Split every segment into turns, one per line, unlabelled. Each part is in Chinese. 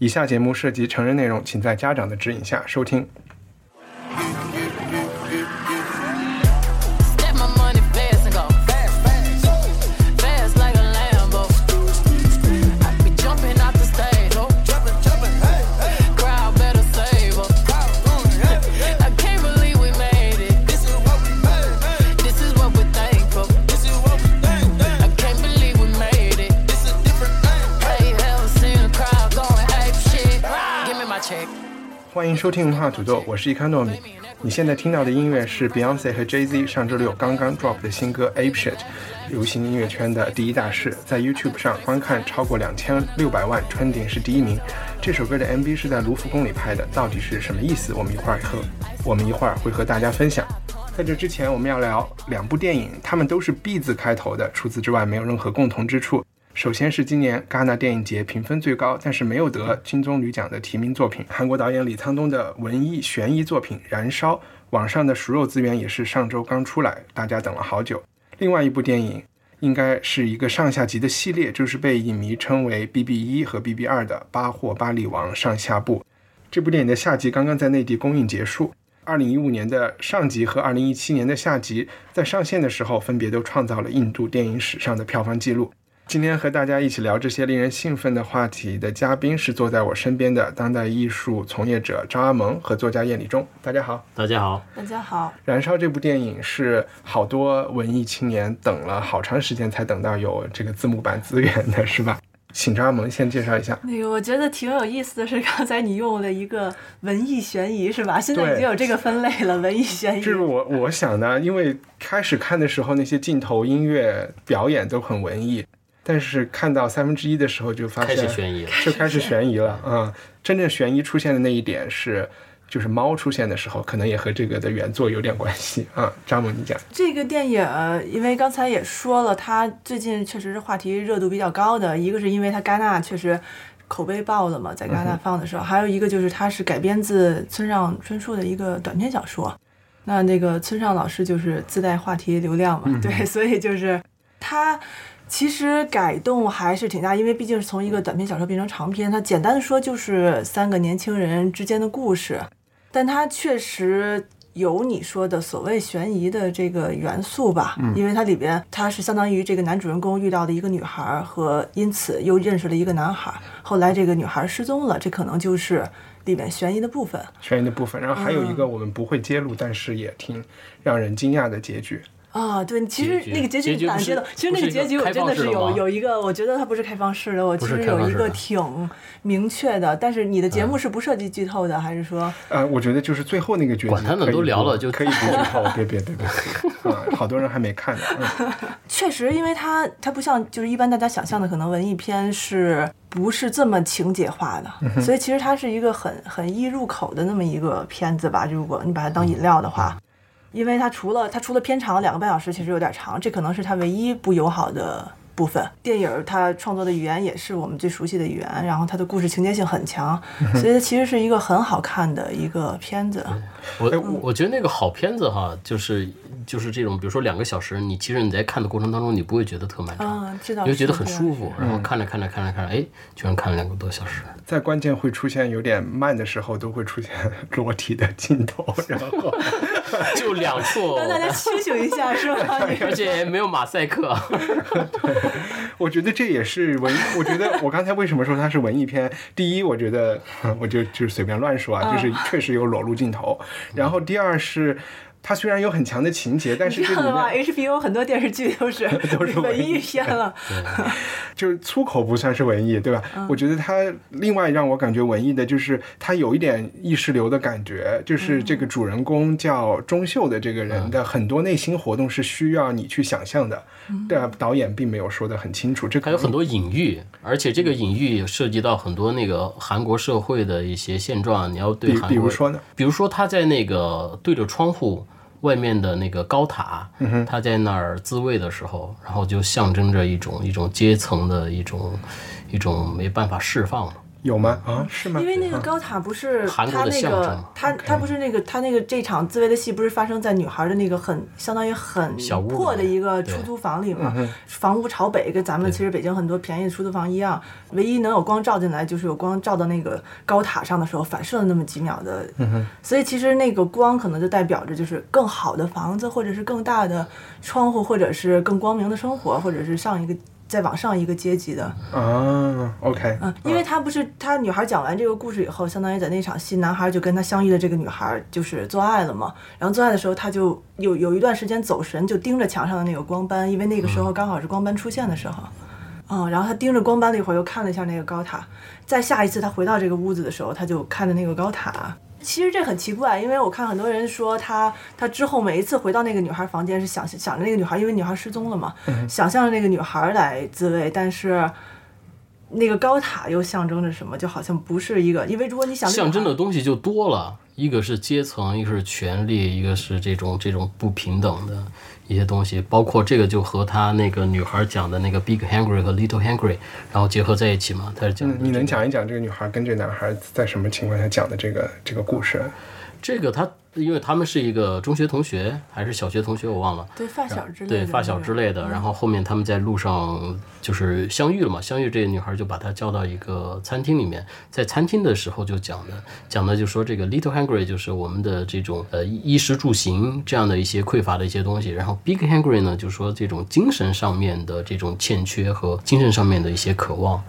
以下节目涉及成人内容，请在家长的指引下收听。
Let my money fast and go fast, fast, fast like a Lambo. I be jumping off the stage, oh, jumping, jumping, hey, hey. Crowd better save us. I can't believe we made it. This is what we made. This is what we thankful. This is what we thankful. I can't believe we made it. This is different thing. Hey, ever seen a crowd going ape shit? Give me my check.
欢迎收听文化土豆，我是 Economy。你现在听到的音乐是 Beyonce 和 Jay Z 上周六刚刚 drop 的新歌《Ape Shit》，流行音乐圈的第一大事，在 YouTube 上观看超过两千六百万，trending 是第一名。这首歌的 MV 是在卢浮宫里拍的，到底是什么意思？我们一会儿和我们一会儿会和大家分享。在这之前，我们要聊两部电影，它们都是 B 字开头的，除此之外没有任何共同之处。首先是今年戛纳电影节评分最高，但是没有得金棕榈奖的提名作品，韩国导演李沧东的文艺悬疑作品《燃烧》。网上的熟肉资源也是上周刚出来，大家等了好久。另外一部电影应该是一个上下集的系列，就是被影迷称为 “BB 一”和 “BB 二”的《巴霍巴利王》上下部。这部电影的下集刚刚在内地公映结束。二零一五年的上集和二零一七年的下集在上线的时候，分别都创造了印度电影史上的票房纪录。今天和大家一起聊这些令人兴奋的话题的嘉宾是坐在我身边的当代艺术从业者张阿蒙和作家叶立中。大家好，
大家好，
大家好，
《燃烧》这部电影是好多文艺青年等了好长时间才等到有这个字幕版资源的，是吧？请张阿蒙先介绍一下。
那个我觉得挺有意思的是，刚才你用了一个文艺悬疑是吧？现在已经有这个分类了，文艺悬疑。
这是我我想的，因为开始看的时候那些镜头、音乐、表演都很文艺，但是看到三分之一的时候就发
开
现
始悬疑了。
就开始悬疑了。嗯，真正悬疑出现的那一点是，就是猫出现的时候，可能也和这个的原作有点关系啊。张萌，你讲，
这个电影，呃因为刚才也说了，它最近确实是话题热度比较高的，一个是因为它戛纳确实口碑爆了嘛，在戛纳放的时候，还有一个就是它是改编自村上春树的一个短篇小说。那那个村上老师就是自带话题流量嘛，对， 所以就是他其实改动还是挺大，因为毕竟是从一个短篇小说变成长篇，它简单的说就是三个年轻人之间的故事，但它确实有你说的所谓悬疑的这个元素吧，
嗯
因为它里边它是相当于这个男主人公遇到的一个女孩儿和因此又认识了一个男孩儿，后来这个女孩儿失踪了，这可能就是里面悬疑的部分。
悬疑的部分，然后还有一个我们不会揭露，但是也挺让人惊讶的结局。
啊，对，其
结
实
局
那个结
结
局
局
你
不
反而
是
觉得，其实
不
那
是
个
一个
结局我
开
真
放
的
式
是
的
有
吗
有一个，我觉得它不是开放式的，我其
是
实
开
有
放
一
式
个
的嗯
挺明确的，但是你的节目是不涉及剧透的，还是说
呃，我觉得就是最后那个结局可以不，
管他们都聊了就
可以不剧透，别别 别别，啊，好多人还没看呢。嗯
确实，因为它它不像就是一般大家想象的，可能文艺片是不是这么情节化
嗯
的？所以其实它是一个很很易入口的那么一个片子吧。如果你把它当饮料的话，
嗯
因为它除了它除了片长两个半小时，其实有点长，这可能是它唯一不友好的部分。电影它创作的语言也是我们最熟悉的语言，然后它的故事情节性很强，
嗯
所以它其实是一个很好看的一个片子。
哎我嗯我觉得那个好片子哈，就是就是这种，比如说两个小时，你其实你在看的过程当中，你不会觉得特漫长，
嗯，知道
你会觉得
是
很
这样
舒服，然后看着看着看着看着，哎，居然看了两个多小时。
在关键会出现有点慢的时候，都会出现 裸体的镜头，然后
就两处，
让大家清醒一下，是吧？你
而且没有马赛克，
我觉得这也是文，我觉得我刚才为什么说它是文艺片？第一，我觉得我就就是随便乱说啊，就是确实有裸露镜头。然后第二是。它虽然有很强的情节，但是这
看
里
了吗
面
？HBO 很多电视剧都是
都是文
文
艺
艺片了，
就是粗口不算是文艺，对吧？
嗯
我觉得它另外让我感觉文艺的就是它有一点意识流的感觉，
嗯
就是这个主人公叫钟秀的这个
嗯
人的很多内心活动是需要你去想象的，
嗯
对吧？导演并没有说得很清楚，这
它
可
有
能
很多隐喻，而且这个隐喻也涉及到很多那个韩国社会的一些现状。你要对
比
韩国，
比如说呢，
比如说他在那个对着窗户外面的那个高塔，
嗯
他在那儿自慰的时候，然后就象征着一种一种阶层的一种一种没办法释放嘛。
有吗？啊，是吗？
因为那个高塔不是
韩国
他
的
那
象征
个他他不是那个他那个这场自慰的戏不是发生在女孩的那个很相当于很
小屋
破
里
的
面
一个
对
出租房里
嗯
嘛， 房屋朝北，跟咱们其实北京很多便宜的出租房一样，唯一能有光照进来就是有光照到那个高塔上的时候反射了那么几秒的，
嗯
所以其实那个光可能就代表着就是更好的房子，或者是更大的窗户，或者是更光明的生活，或者是上一个再往上一个阶级的。
啊，OK，
嗯，因为他不是他女孩讲完这个故事以后，相当于在那场戏，男孩就跟他相遇的这个女孩就是做爱了嘛。然后做爱的时候，他就有有一段时间走神，就盯着墙上的那个光斑，因为那个时候刚好是光斑出现的时候。嗯，然后他盯着光斑了一会儿，又看了一下那个高塔。再下一次他回到这个屋子的时候，他就看着那个高塔。其实这很奇怪，因为我看很多人说他他之后每一次回到那个女孩房间是想想着那个女孩，因为女孩失踪了嘛，
嗯
想象着那个女孩来自慰，但是那个高塔又象征着什么，就好像不是一个，因为如果你想
象征的东西就多了，一个是阶层，一个是权利，一个是这种这种不平等的一些东西，包括这个就和他那个女孩讲的那个 Big Hungry 和 Little Hungry，然后结合在一起嘛，他是讲的
嗯，你能讲一讲这个女孩跟这男孩在什么情况下讲的这个这个故事？
这个他，因为他们是一个中学同学还是小学同学，我忘了。
对发小之类的，
对
嗯
发小之类的，然后后面他们在路上就是相遇了嘛，相遇这个女孩就把她叫到一个餐厅里面，在餐厅的时候就讲的，讲的就说这个 little hungry 就是我们的这种呃衣食住行这样的一些匮乏的一些东西，然后 big hungry 呢就说这种精神上面的这种欠缺和精神上面的一些渴望，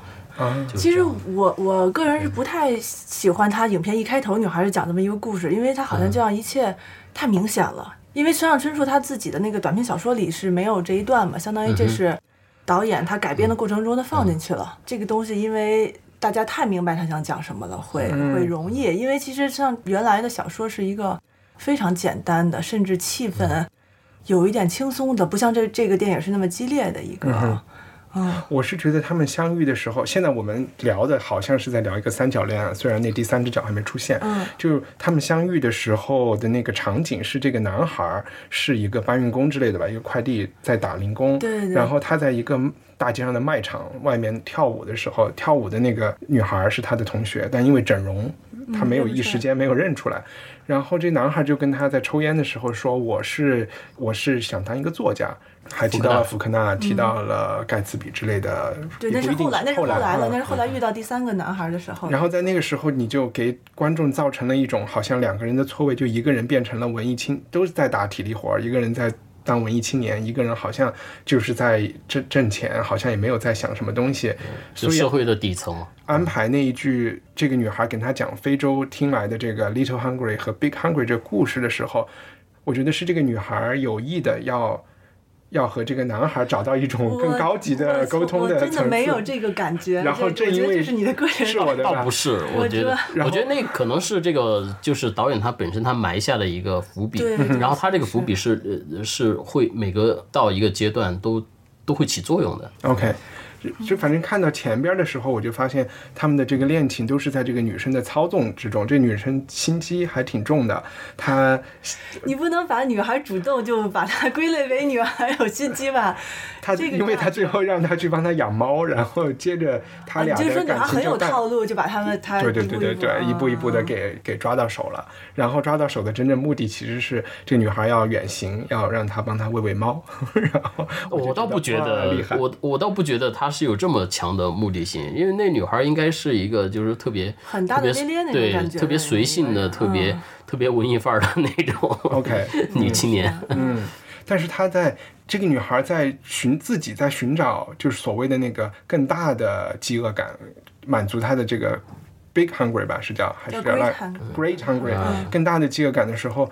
其实我我个人是不太喜欢他影片一开头女孩是讲这么一个故事，因为他好像就让一切太明显了。因为村上春树他自己的那个短篇小说里是没有这一段嘛，相当于这是导演他改编的过程中他放进去了、这个东西，因为。大家太明白他想讲什么了，会会容易，因为其实像原来的小说是一个非常简单的，甚至气氛有一点轻松的，不像这这个电影是那么激烈的一个。
我是觉得他们相遇的时候，现在我们聊的好像是在聊一个三角恋啊，虽然那第三只脚还没出现。嗯，就是他们相遇的时候的那个场景是这个男孩儿是一个搬运工之类的吧，一个快递在打零工，
对对
然后他在一个大街上的卖场外面跳舞的时候，跳舞的那个女孩儿是他的同学，但因为整容，他没有一
嗯
时间没有认出来。然后这男孩就跟他在抽烟的时候说：“我是我是想当一个作家。”还提到了福克纳，提到了盖茨比之类的，
嗯对，
也
那
不
是
一定
后来，那是
后
后来了，
嗯
那是后来遇到第三个男孩的时候。
然后在那个时候，你就给观众造成了一种好像两个人的错位，就一个人变成了文艺青，都是在打体力活儿，一个人在当文艺青年，一个人好像就是在挣挣钱，好像也没有在想什么东
嗯
西，
就
所以
社会的底层嘛。
安排那一句，这个女孩跟他讲非洲听来的这个 Little Hungry 和 Big Hungry 这个故事的时候，我觉得是这个女孩有意的要要和这个男孩找到一种更高级的沟通
我
的
真
层
的
次。
没有这个感觉。
然后
这
正因
我觉
为
得这是你的个人
是我的吧
倒不是，我觉得，
然后
我觉得那可能是这个，就是导演他本身他埋下的一个伏 笔
对对，
然后他这个伏笔是呃是会每个到一个阶段都都会起作用的。
OK，就就反正看到前边的时候，我就发现他们的这个恋情都是在这个女生的操纵之中。这女生心机还挺重的，她
你不能把女孩主动就把它 归类为女孩有心机吧？
她，
这个
因为
让
她最后让她去帮她养猫，然后接着
啊
她
你
俩
就是说
的
女孩
感情
很有
就淡。
套路，啊就把他们他
对对对对对，一步一
啊
步的给给抓到手了。然后抓到手的真正目的其实是这女孩要远行，要让她帮她喂喂猫。 然后就
我倒不觉
哇
得
厉害，
我我倒不觉得他是有这么强的目的性，因为那女孩应该是一个就是特别
很大的
特别
恋恋那种
对
感觉
特别
的
随性的、
嗯
特别特别文艺范儿的那种
OK，
女青年。
嗯
嗯但是她在这个女孩在寻自己在寻找，就是所谓的那个更大的饥饿感，满足她的这个 big hungry 吧，是叫还是
叫 great
嗯 like- great hungry 更大的饥饿感的时候，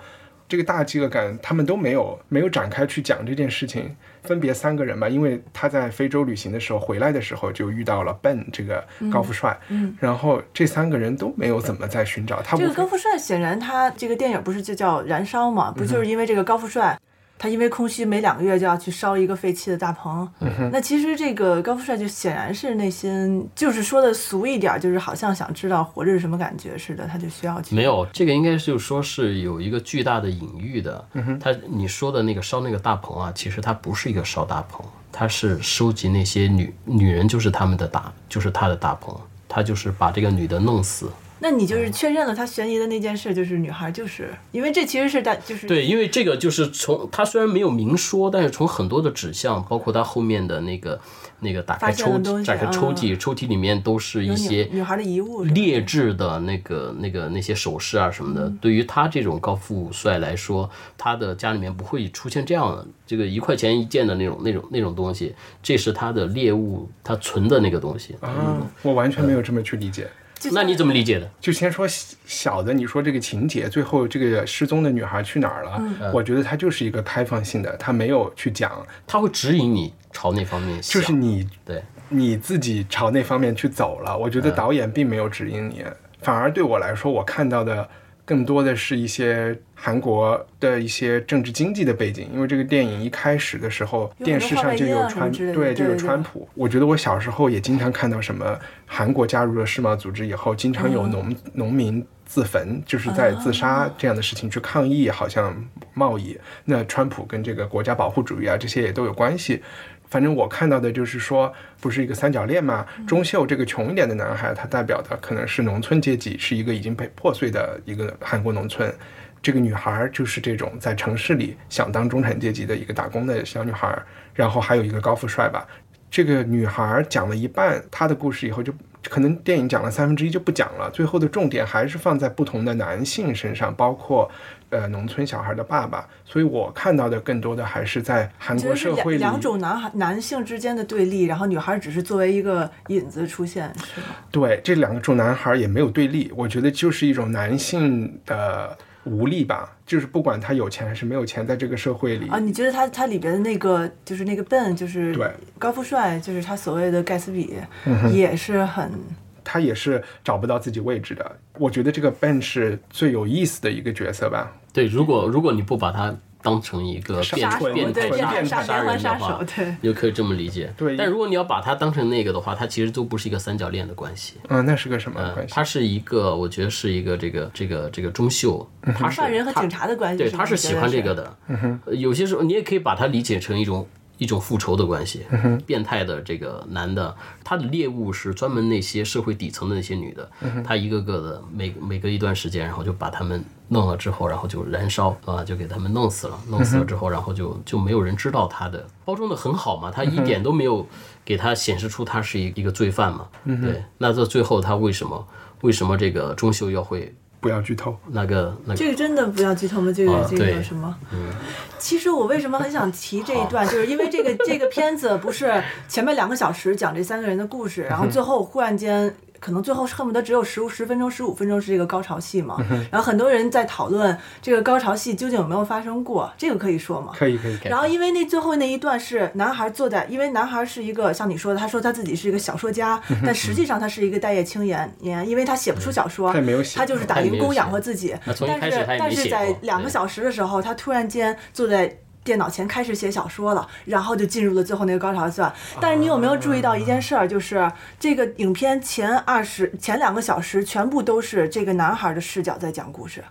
这个大饥饿感，他们都没有没有展开去讲这件事情。分别三个人吧，因为他在非洲旅行的时候回来的时候就遇到了 Ben 这个高富帅，嗯，然后这三个人都没有怎么在寻找他无
这
非。
个高富帅显然他这个电影不是就叫《燃烧》嘛，不
嗯
就是因为这个高富帅，他因为空虚每两个月就要去烧一个废弃的大棚。
嗯
那其实这个高富帅就显然是内心，就是说的俗一点儿，就是好像想知道活着是什么感觉似的，他就需要去。
没有，这个应该就是说是有一个巨大的隐喻的。
嗯
他你说的那个烧那个大棚啊，其实它不是一个烧大棚，它是收集那些女女人，就是他们的大，就是他的大棚，他就是把这个女的弄死。
那你
嗯
就是确认了他悬疑的那件事，就是女孩，就是因为这其实是大，就是
对，因为这个就是从他虽然没有明说，但是从很多的指向，包括他后面的那个那个打开
发现的
抽
东
屉，
西
打开抽
嗯
屉，抽屉里面都是
有
一
女
些
女孩的遗物是吧
劣质的那个、那个、那些首饰啊什么
嗯
的，对于他这种高富帅来说，他的家里面不会出现这样的这个一块钱一件的那种、那种、那种东西，这是他的猎物，他存的那个东西。
嗯
啊，我完全没有这么去理解。
就
那你怎么理解的？
就先说小小的，你说这个情节，最后这个失踪的女孩去哪儿了？
嗯
我觉得它就是一个开放性的，它没有去讲，
他会指引你朝那方面
就
想，
是你
对。
你自己朝那方面去走了。我觉得导演并没有指引你，反而对我来说，我看到的更多的是一些韩国的一些政治经济的背景，因为这个电影一开始的时候，
有
电视上就有
很多画
川
面啊什么之类的
对
对
就有
对
川普。我觉得我小时候也经常看到什么韩国加入了世贸组织以后，经常有农、农民。自焚就是在自杀这样的事情去抗议，好像贸易。那川普跟这个国家保护主义啊，这些也都有关系。反正我看到的就是说，不是一个三角恋嘛？钟秀这个穷一点的男孩，他代表的可能是农村阶级，是一个已经被破碎的一个韩国农村。这个女孩儿就是这种在城市里想当中产阶级的一个打工的小女孩儿，然后还有一个高富帅吧。这个女孩儿讲了一半她的故事以后就，可能电影讲了三分之一就不讲了，最后的重点还是放在不同的男性身上，包括呃农村小孩的爸爸。所以我看到的更多的还是在韩
觉
国
得是
社会
两
里
两种男孩男性之间的对立，然后女孩只是作为一个引子出现，是吗？
对，这两个种男孩也没有对立，我觉得就是一种男性的无力吧，就是不管他有钱还是没有钱，在这个社会里，
啊，你觉得他他里边的那个就是那个 Ben，就是
对
高富帅，就是他所谓的盖茨比，也是很
他也是找不到自己位置的。我觉得这个 Ben 是最有意思的一个角色吧，
对，如果如果你不把它当成一个变
杀手，
变
对，
态
变
杀
态
杀
连
人
环
的
杀
话
手，，对。
也可以这么理解。
对
但如果你要把它当成那个的话，它其实都不是一个三角恋的关系。
嗯，那是个什么
嗯，
关系？
它是一个，我觉得是一个这个这个这个钟秀，
嗯
他是
犯人和警察的关系
对，
是吗
他是喜欢这个的。呃有些时候你也可以把它理解成一种一种复仇的关系。变态的这个男的，他的猎物是专门那些社会底层的那些女的，他一个个的每每隔一段时间，然后就把他们弄了之后，然后就燃烧啊，就给他们弄死了。弄死了之后，然后就就没有人知道他的包装的很好嘛，他一点都没有给他显示出他是一一个罪犯嘛。对，那到最后他为什么为什么这个钟秀要会
不要剧透。
那个那个
这个真的不要剧透吗？这个、
啊
这
对嗯
个什么？其实我为什么很想提这一段，就是因为这个这个片子不是前面两个小时讲这三个人的故事，
嗯
然后最后忽然间。可能最后恨不得只有十十分钟、十五分钟是这个高潮戏嘛，
嗯
然后很多人在讨论这个高潮戏究竟有没有发生过，这个可以说吗？
可以可以，可以
然后因为那最后那一段是男孩坐在，因为男孩是一个像你说的，他说他自己是一个小说家，
嗯
但实际上他是一个待业青年，因为他写不出小说，
他也没有写
他就是打零工养活自己。
他从一
但
开始
是
他也没
但是
写
在
过
两个
对
小时的时候，他突然间坐在。电脑前开始写小说了，然后就进入了最后那个高潮
啊
段。但是你有没有注意到一件事儿，就是这个影片前二十前两个小时全部都是这个男孩的视角在讲故事，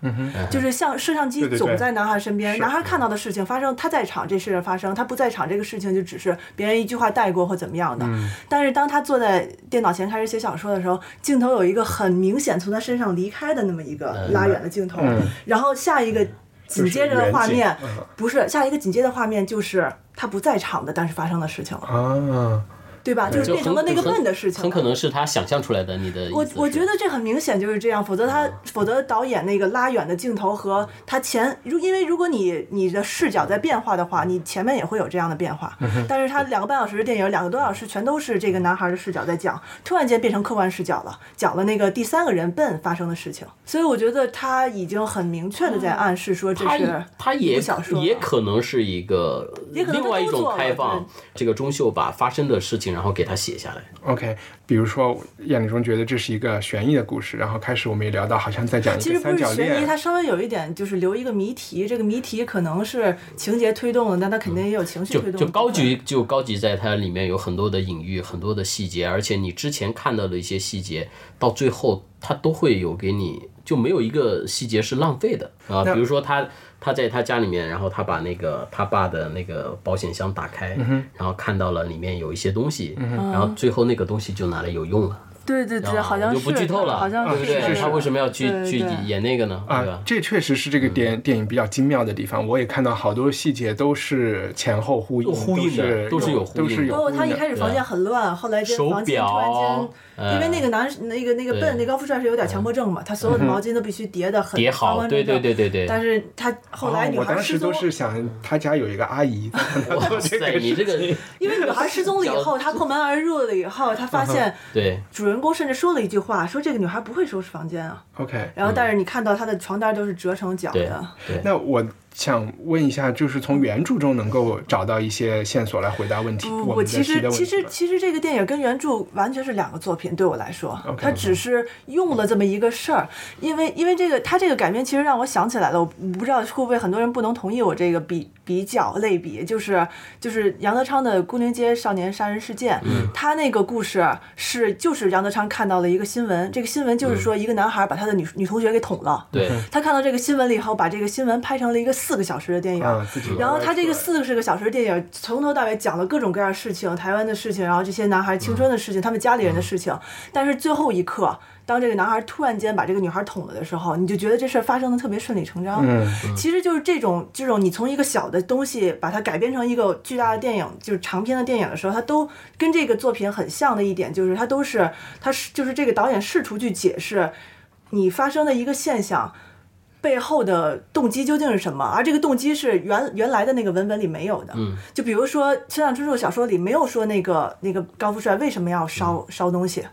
就是像摄像
嗯
机
对对对
总在男孩身边，男孩看到的事情发生，他在场这事情发生，他不在场这个事情就只是别人一句话带过或怎么样的。
嗯
但是当他坐在电脑前开始写小说的时候，镜头有一个很明显从他身上离开的那么一
嗯
个拉远的镜头，然后下一个紧接着的画
就
面
是远景嗯
不是下一个紧接着的画面就是他不在场的，但是发生的事情了。
啊，
对吧？就是
就
变成了那个
很
笨的事情
很。可能是他想象出来的。你的意
我
思
我
是嗯
觉得这很明显就是这样，否则他否则导演那个拉远的镜头和他前，如因为如果你你的视角在变化的话，你前面也会有这样的变化。
嗯
但是他两个半小时的电影，两个多小时全都是这个男孩的视角在讲，突然间变成客观视角了，讲了那个第三个人笨发生的事情。所以我觉得他已经很明确的在暗示说这
他
是
也嗯他也
无小说了
也可能是一个
也可能
另外一
他都做
种
了
开放
对。
这个钟秀把发生的事情，然后给他写下来。
OK，比如说眼里中觉得这是一个悬疑的故事，然后开始我们也聊到好像在讲一
其
个
实不
三
是
角
悬疑，
恋
它，稍微有一点就是留一个谜题，这个谜题可能是情节推动的，但它肯定也有情绪
就
推动的部
就
分。
高级就高级在它里面有很多的隐喻，很多的细节，而且你之前看到的一些细节，到最后它都会有给你，就没有一个细节是浪费的啊。
那
比如说他他在他家里面，然后他把那个他爸的那个保险箱打开，
嗯
然后看到了里面有一些东西，然后最后那个东西就拿来有用了，
对对嗯对，
啊
好像
我
是
就不剧透了，
好像
对不对？
是是
他为什么要去
对对
去
对
演那个呢？对嗯
啊
吧，？
这确实是这个电电影比较精妙的地方。我也看到好多细节都是前后呼应，
有呼应的
都
都
是
是
有
有呼
都
应的
是有
包
呼
括
应
他一
的
开始房间很乱，后来这
嗯手
房间突然
表嗯
间，因为那个男那个那个笨
对嗯
那高富帅是有点强迫症嘛，他所有的
嗯
毛巾都必须叠的很
叠
方
好，
方
对
正
对
正。
对对对。
但是他后来
哦
女
我
孩
当时
失
都
踪，
是想他家有一个阿 姨，
哇塞，你这个
因为女孩失踪了以 后，他破门而入了以后，他
嗯
发现
对。
主人公甚至说了一句话，说这个女孩不会收拾房间啊。
OK，
然后但是你看到她的床单都是折成角
嗯对
的，
对，
那我想问一下，就是从原著中能够找到一些线索来回答问题，
不
我
不，
们
嗯其
在提
实
的问
其实
题吧。
其实这个电影跟原著完全是两个作品，对我来说
OK，嗯
它只是用了这么一个事儿，因为因为这个它这个改编其实让我想起来了，我不知道会不会很多人不能同意我这个比比较类比，就是就是杨德昌的《牯岭街少年杀人事件》，
嗯
他那个故事是就是杨德昌看到了一个新闻，这个新闻就是
嗯
说一个男孩把他的女女同学给捅了，
对，
他看到这个新闻了以后，把这个新闻拍成了一个四个小时的电影。
啊自己
然后
拍
他这
出
个
来
四十个小时的电影从头到尾讲了各种各样的事情，台湾的事情，然后这些男孩青春的事情，他们家里人的事
嗯
情。但是最后一刻，当这个男孩突然间把这个女孩捅了的时候，你就觉得这事儿发生的特别顺理成章。
嗯，
其实就是这种这种，你从一个小的东西把它改编成一个巨大的电影，就是长篇的电影的时候，它都跟这个作品很像的一点，就是它都是它是就是这个导演试图去解释你发生的一个现象。背后的动机究竟是什么？而这个动机是原原来的那个文本里没有的。嗯，就比如说《村上春树》小说里没有说那个那个高富帅为什么要烧、
嗯
烧东西，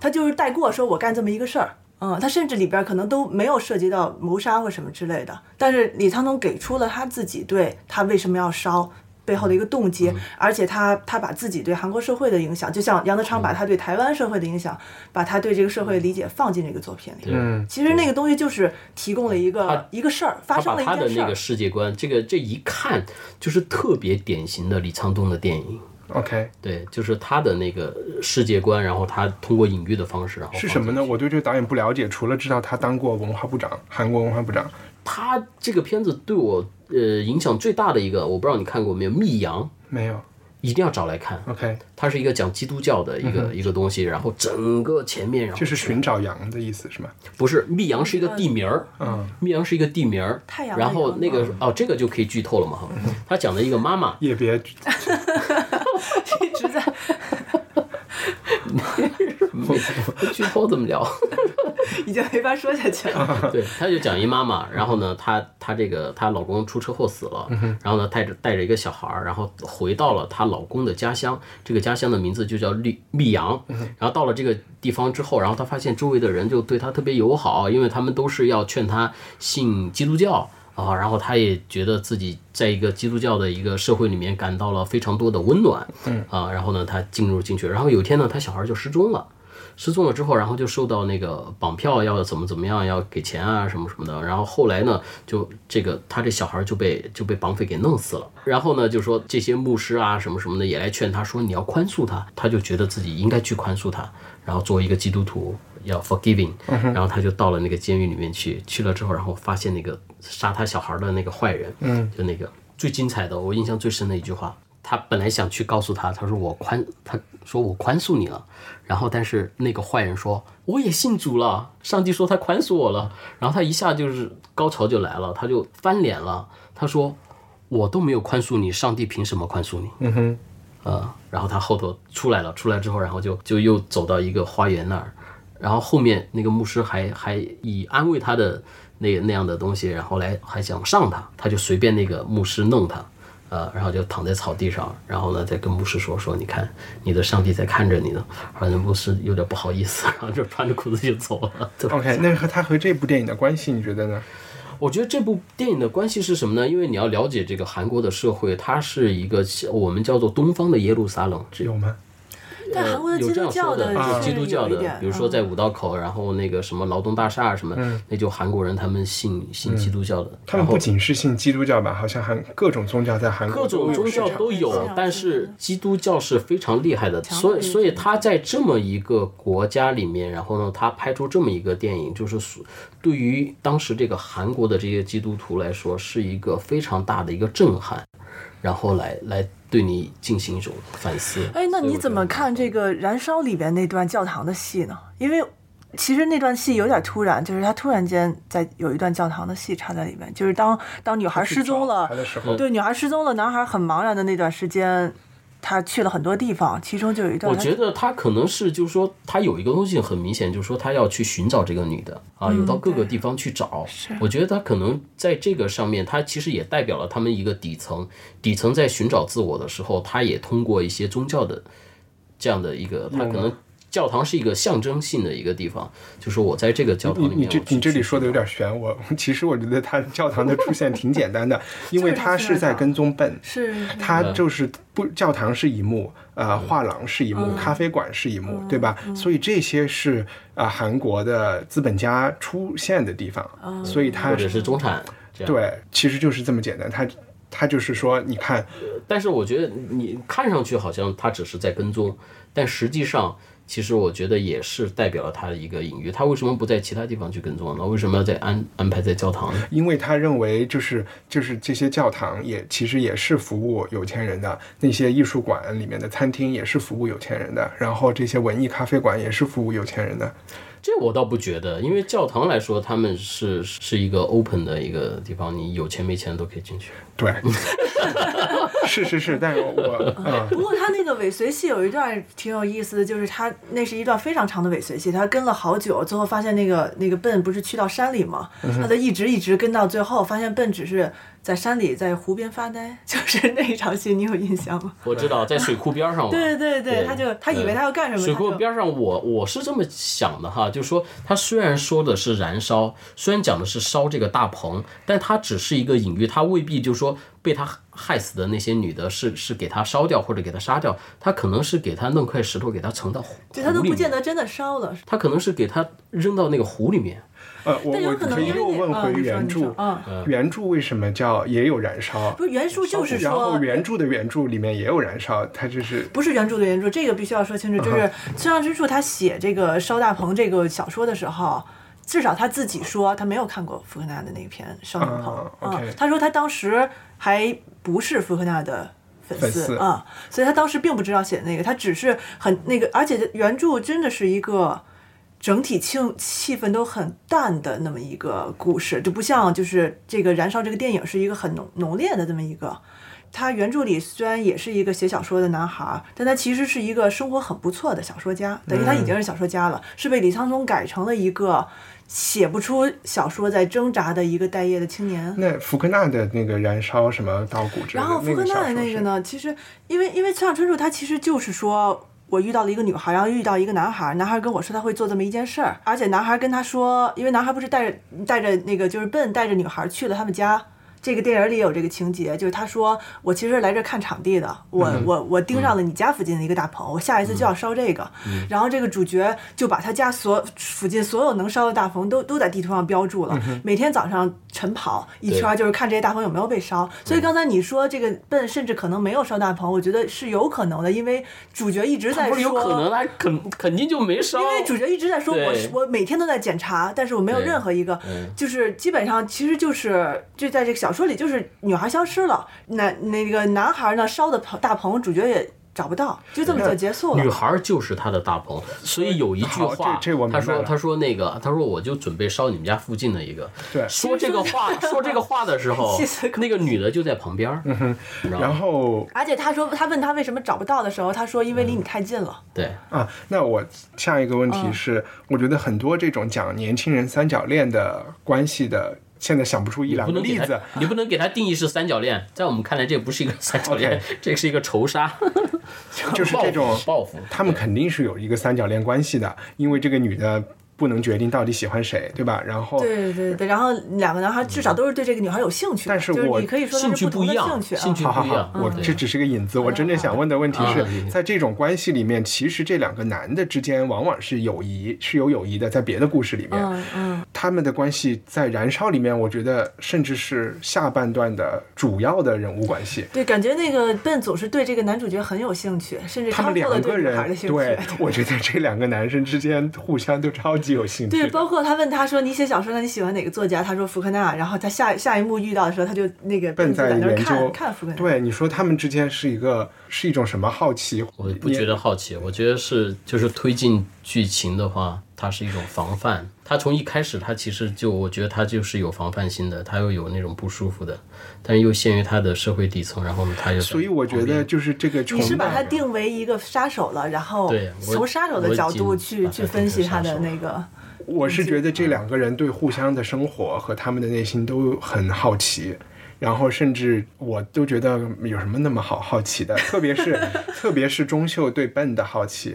他就是带过说我干这么一个事儿。嗯，他甚至里边可能都没有涉及到谋杀或什么之类的，但是李沧东给出了他自己对他为什么要烧背后的一个动
嗯
机，而且他他把自己对韩国社会的影响，就像杨德昌
嗯
把他对台湾社会的影响，把他对这个社会理解放进这个作品里。
嗯，
其实那个东西就是提供了一
他
个一个事儿，发
他
生
把
了一
他的
件事
那
儿
个。世界观，这个这一看就是特别典型的李沧东的电影。
OK
对，就是他的那个世界观，然后他通过隐喻的方式，然后
是
放
什么
进
呢？
去？
我对这个导演不了解，除了知道他当过文化部长， 韩国文化部长。
他这个片子对我呃影响最大的一个，我不知道你看过没有，《密阳》
没有
一定要找来看。
，OK，嗯
它是一个讲基督教的一个、一个东西，然后整个前面然后
就是寻找羊的意思是吗？
不是密阳是一个地名儿，嗯，密阳是一个地名儿，
太阳的嗯
然后
阳
那个哦，这个就可以剧透了嘛哈。他讲的一个 妈妈，
也别
一直在
剧透怎么聊？
已经没法说下 去了。
对，她就讲一妈妈，然后呢，她她这个她老公出车祸死了，然后呢带着带着一个小孩儿，然后回到了她老公的家乡，这个家乡的名字就叫绿密阳，然后到了这个地方之后，然后她发现周围的人就对她特别友好，因为他们都是要劝她信基督教。啊，然后她也觉得自己在一个基督教的一个社会里面感到了非常多的温暖，嗯啊，然后呢，她进入进去，然后有一天呢，她小孩儿就失踪了，失踪了之后，然后就受到那个绑票要怎么怎么样，要给钱啊什么什么的。然后后来呢，就这个他这小孩就被就被绑匪给弄死了。然后呢，就说这些牧师啊什么什么的也来劝他说你要宽恕他，他就觉得自己应该去宽恕他，然后作为一个基督徒要 forgiving。然后他就到了那个监狱里面去，去了之后，然后发现那个杀他小孩的那个坏人，嗯，就那个最精彩的，我印象最深的一句话，他本来想去告诉他，他说我宽，他说我宽恕你了，然后但是那个坏人说我也信主了，上帝说他宽恕我了，然后他一下就是高潮就来了，他就翻脸了，他说我都没有宽恕你，上帝凭什么宽恕你？嗯哼，呃，然后他后头出来了，出来之后，然后就就又走到一个花园那儿，然后后面那个牧师还还以安慰他的那那样的东西，然后来还想上他，他就随便那个牧师弄他，呃，然后就躺在草地上，然后呢再跟牧师说说，你看你的上帝在看着你呢，然后那牧师有点不好意思，然后就穿着裤子就走了，对吧？
OK，那和它和这部电影的关系，你觉得呢？
我觉得这部电影的关系是什么呢？因为你要了解这个韩国的社会，它是一个我们叫做东方的耶路撒冷，这
有吗？
但韩国的
有这
基督
样
教
说
的
有
是
基督教
有一
的
点，，
比如说
嗯
在五道口，然后那个什么劳动大厦什么，那就韩国人他们信
嗯
信基督教的，
他们
然后
不仅是信基督教吧，好像韩各种宗教在韩国
各种宗教都
都有
有
市，场
但是基督教是非常厉害的，
强
所以
势
所以他在这么一个国家里面，然后呢，他拍出这么一个电影，就是属对于当时这个韩国的这些基督徒来说，是一个非常大的一个震撼，然后来来对你进行一种反思。
哎，
所
那
以我
你
觉
怎
得
么看这个《燃烧》里边那段教堂的戏呢？因为其实那段戏有点突然，就是他突然间在有一段教堂的戏插在里面，就是当当女孩失踪了
他的时候，
对，女孩失踪了，男孩很茫然的那段时间，他去了很多地方，其中就有一段
我
他
觉得他可能是，就是说他有一个东西很明显，就是说他要去寻找这个女的啊，有到各个地方去找。我觉得他可能在这个上面，他其实也代表了他们一个底层，底层在寻找自我的时候，他也通过一些宗教的这样的一个，他可能教堂是一个象征性的一个地方，就是我在这个教堂
你
里面
你
我
这
去
你这里
寻
说的有点悬，我其实我觉得他教堂的出现挺简单 的，因为他是在跟踪笨，
是
他
嗯
就是不教堂是一幕，呃，画廊是一幕，咖啡馆是一幕，对吧？所以这些是啊、呃韩国的资本家出现的地方，所以他
或者是中产这样。
对，其实就是这么简单，他。他就是说，你看，
但是我觉得你看上去好像他只是在跟踪，但实际上，其实我觉得也是代表了他的一个隐喻。他为什么不在其他地方去跟踪呢？为什么要在安安排在教堂 呢？
因为他认为就是就是这些教堂也其实也是服务有钱人的，那些艺术馆里面的餐厅也是服务有钱人的，然后这些文艺咖啡馆也是服务有钱人的。
这我倒不觉得，因为教堂来说，他们是是一个 open 的一个地方，你有钱没钱都可以进去。
对， 是是是，但是我嗯，
不过他那个尾随戏有一段挺有意思的，就是他那是一段非常长的尾随戏，他跟了好久，最后发现那个那个笨不是去到山里吗？他就一直一直跟到最后，发现笨只是在山里在湖边发呆，就是那一场戏，你有印象吗？
我知道，在水库边上嘛。
对对对他就他以为他要干什么
哦水库
他就
边上我，我是这么想的哈，就是说他虽然说的是燃烧，虽然讲的是烧这个大棚，但它只是一个隐喻，它未必就说被他害死的那些女的是是给他烧掉或者给他杀掉，他可能是给他弄块石头给他盛到湖
就他都
湖里
不见
面
得真的烧了，
他可能是给他扔到那个湖里面。
呃，我
但有
我
可能
可以
因为
又
你
问
嗯
回
你说
原
你
著
说嗯，
原著为什么叫也有燃烧
不？是原著就是
然后
说
原著的原著里面也有燃烧，它就是
不是原著的原著，这个必须要说清楚。
啊
就是村上春树他写这个《烧大棚》这个小说的时候，至少他自己说他没有看过福克纳的那篇《烧大棚》
啊
嗯
OK
他说他当时还不是福克纳的。粉
粉丝
丝啊、嗯，所以他当时并不知道写的那个，他只是很那个，而且原著真的是一个整体气气氛都很淡的那么一个故事，就不像就是这个《燃烧》这个电影是一个很浓浓烈的这么一个，他原著里虽然也是一个写小说的男孩儿，但他其实是一个生活很不错的小说家，等于他已经是小说家了，是被李沧东改成了一个写不出小说在挣扎的一个待业的青年。
那福克纳的那个燃烧什么稻谷之类的。
然后福克纳
那
的那
小
个
说
呢，其实因为因为村上春树他其实就是说。我遇到了一个女孩，然后遇到一个男孩，男孩跟我说他会做这么一件事儿，而且男孩跟他说，因为男孩不是带着带着那个就是笨带着女孩去了他们家，这个电影里也有这个情节，就是他说我其实来这儿看场地的，我、
嗯
我我
嗯
盯上了你家附近的一个大棚，我下一次就要烧这个，然后这个主角就把他家所附近所有能烧的大棚都都在地图上标注
嗯
了，每天早上晨跑一圈儿，就是看这些大棚有没有被烧。所以刚才你说这个笨甚至可能没有烧大棚，我觉得是有可能的，因为主角一直在
不是
说，
有可能，他肯肯定就没烧。
因为主角一直在说
对
我是我每天都在检查，但是我没有
对
任何一个
嗯，
就是基本上其实就是就在这个小说里，就是女孩消失了，那那个男孩呢烧的棚大棚，主角也找不到，就这么就结束了
女。孩儿就是他的大鹏，所以有一句
好这
话，
这我明白
他说
了
他说那个他说我就准备烧你们家附近的一个。
对
说这个话 说这个话的 时候
气死，狗
那个女的就在旁边儿，你知道
嗯然
吗？
后
而且他说，他问他为什么找不到的时候，他说因为离你太近了。
对，
啊，那我下一个问
嗯
题是，我觉得很多这种讲年轻人三角恋的关系的，现在想不出一两
不
个
能给
例
他
子。，
你不能给他定义是三角恋，在我们看来这不是一个三角恋
OK，
这是一个仇杀，
就是这种
报复报复
他们肯定是有一个三角恋关系的，因为这个女的不能决定到底喜欢谁，对吧？然
哦
后
对对对，然后两个男孩至少都是对这个女孩有兴趣的，
但是
就是
我
你可以说
兴
他
趣不
是同
一
的
样，
兴趣啊。
兴趣
好好
不一
好
样，，嗯
我
对
这只是个引子。我真正想问的问题是
啊理解
在这种关系里面，其实这两个男的之间往往是友谊，是有友谊的。在别的故事里
嗯
面，他们的关系在《燃烧》里面，我觉得甚至是下半段的主要的人物关系。
对，感觉那个笨总是对这个男主角很有兴趣，甚至
他们
超过了
两
对
个
女孩
人
的，兴趣。
对我觉得这两个男生之间互相都超级有兴
对
趣，的。
包括他问他说你写小说，那你喜欢哪个作家？他说福克纳，然后他下下一幕遇到的时候，他就那个
笨
笨就
在
在那儿
研究
看看福克纳。
对，你说他们之间是一个是一种什么好奇？
我不觉得好奇，我觉得是就是推进剧情的话，它是一种防范。它从一开始，它其实就我觉得它就是有防范心的，它又有那种不舒服的，但又限于它的社会底层，然后呢，它又在
所以我觉得就是这个崇
你
拜。
是把他定为一个杀手了，然后
对我
从杀手的
我
角
已
度
经
去
把
去
他
分
定
析
为
他
杀
的
手
那个，
我是觉得这
嗯
两个人对互相的生活和他们的内心都很好奇，然后甚至我都觉得有什么那么好好奇的，特别 是特别是钟秀对笨的好奇，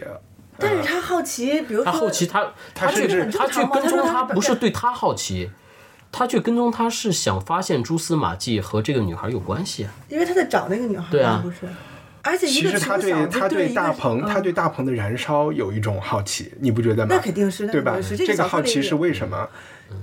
但
呃
是他好奇，比如
他
说
后期他
他
去
甚至
他去跟踪他不是对他好奇，他去跟踪他是想发现蛛丝马迹和这个女孩有关系啊。
因为他在找那个女孩嘛，
对啊
不是？而且一
其
个
实他
从
对
小嗯就
他
对一
对
个
大鹏他对大鹏的燃烧有一种好奇，你不觉得吗？
那肯定是那
对吧
肯定？是这个
这个
小说
好奇
里
是为什么？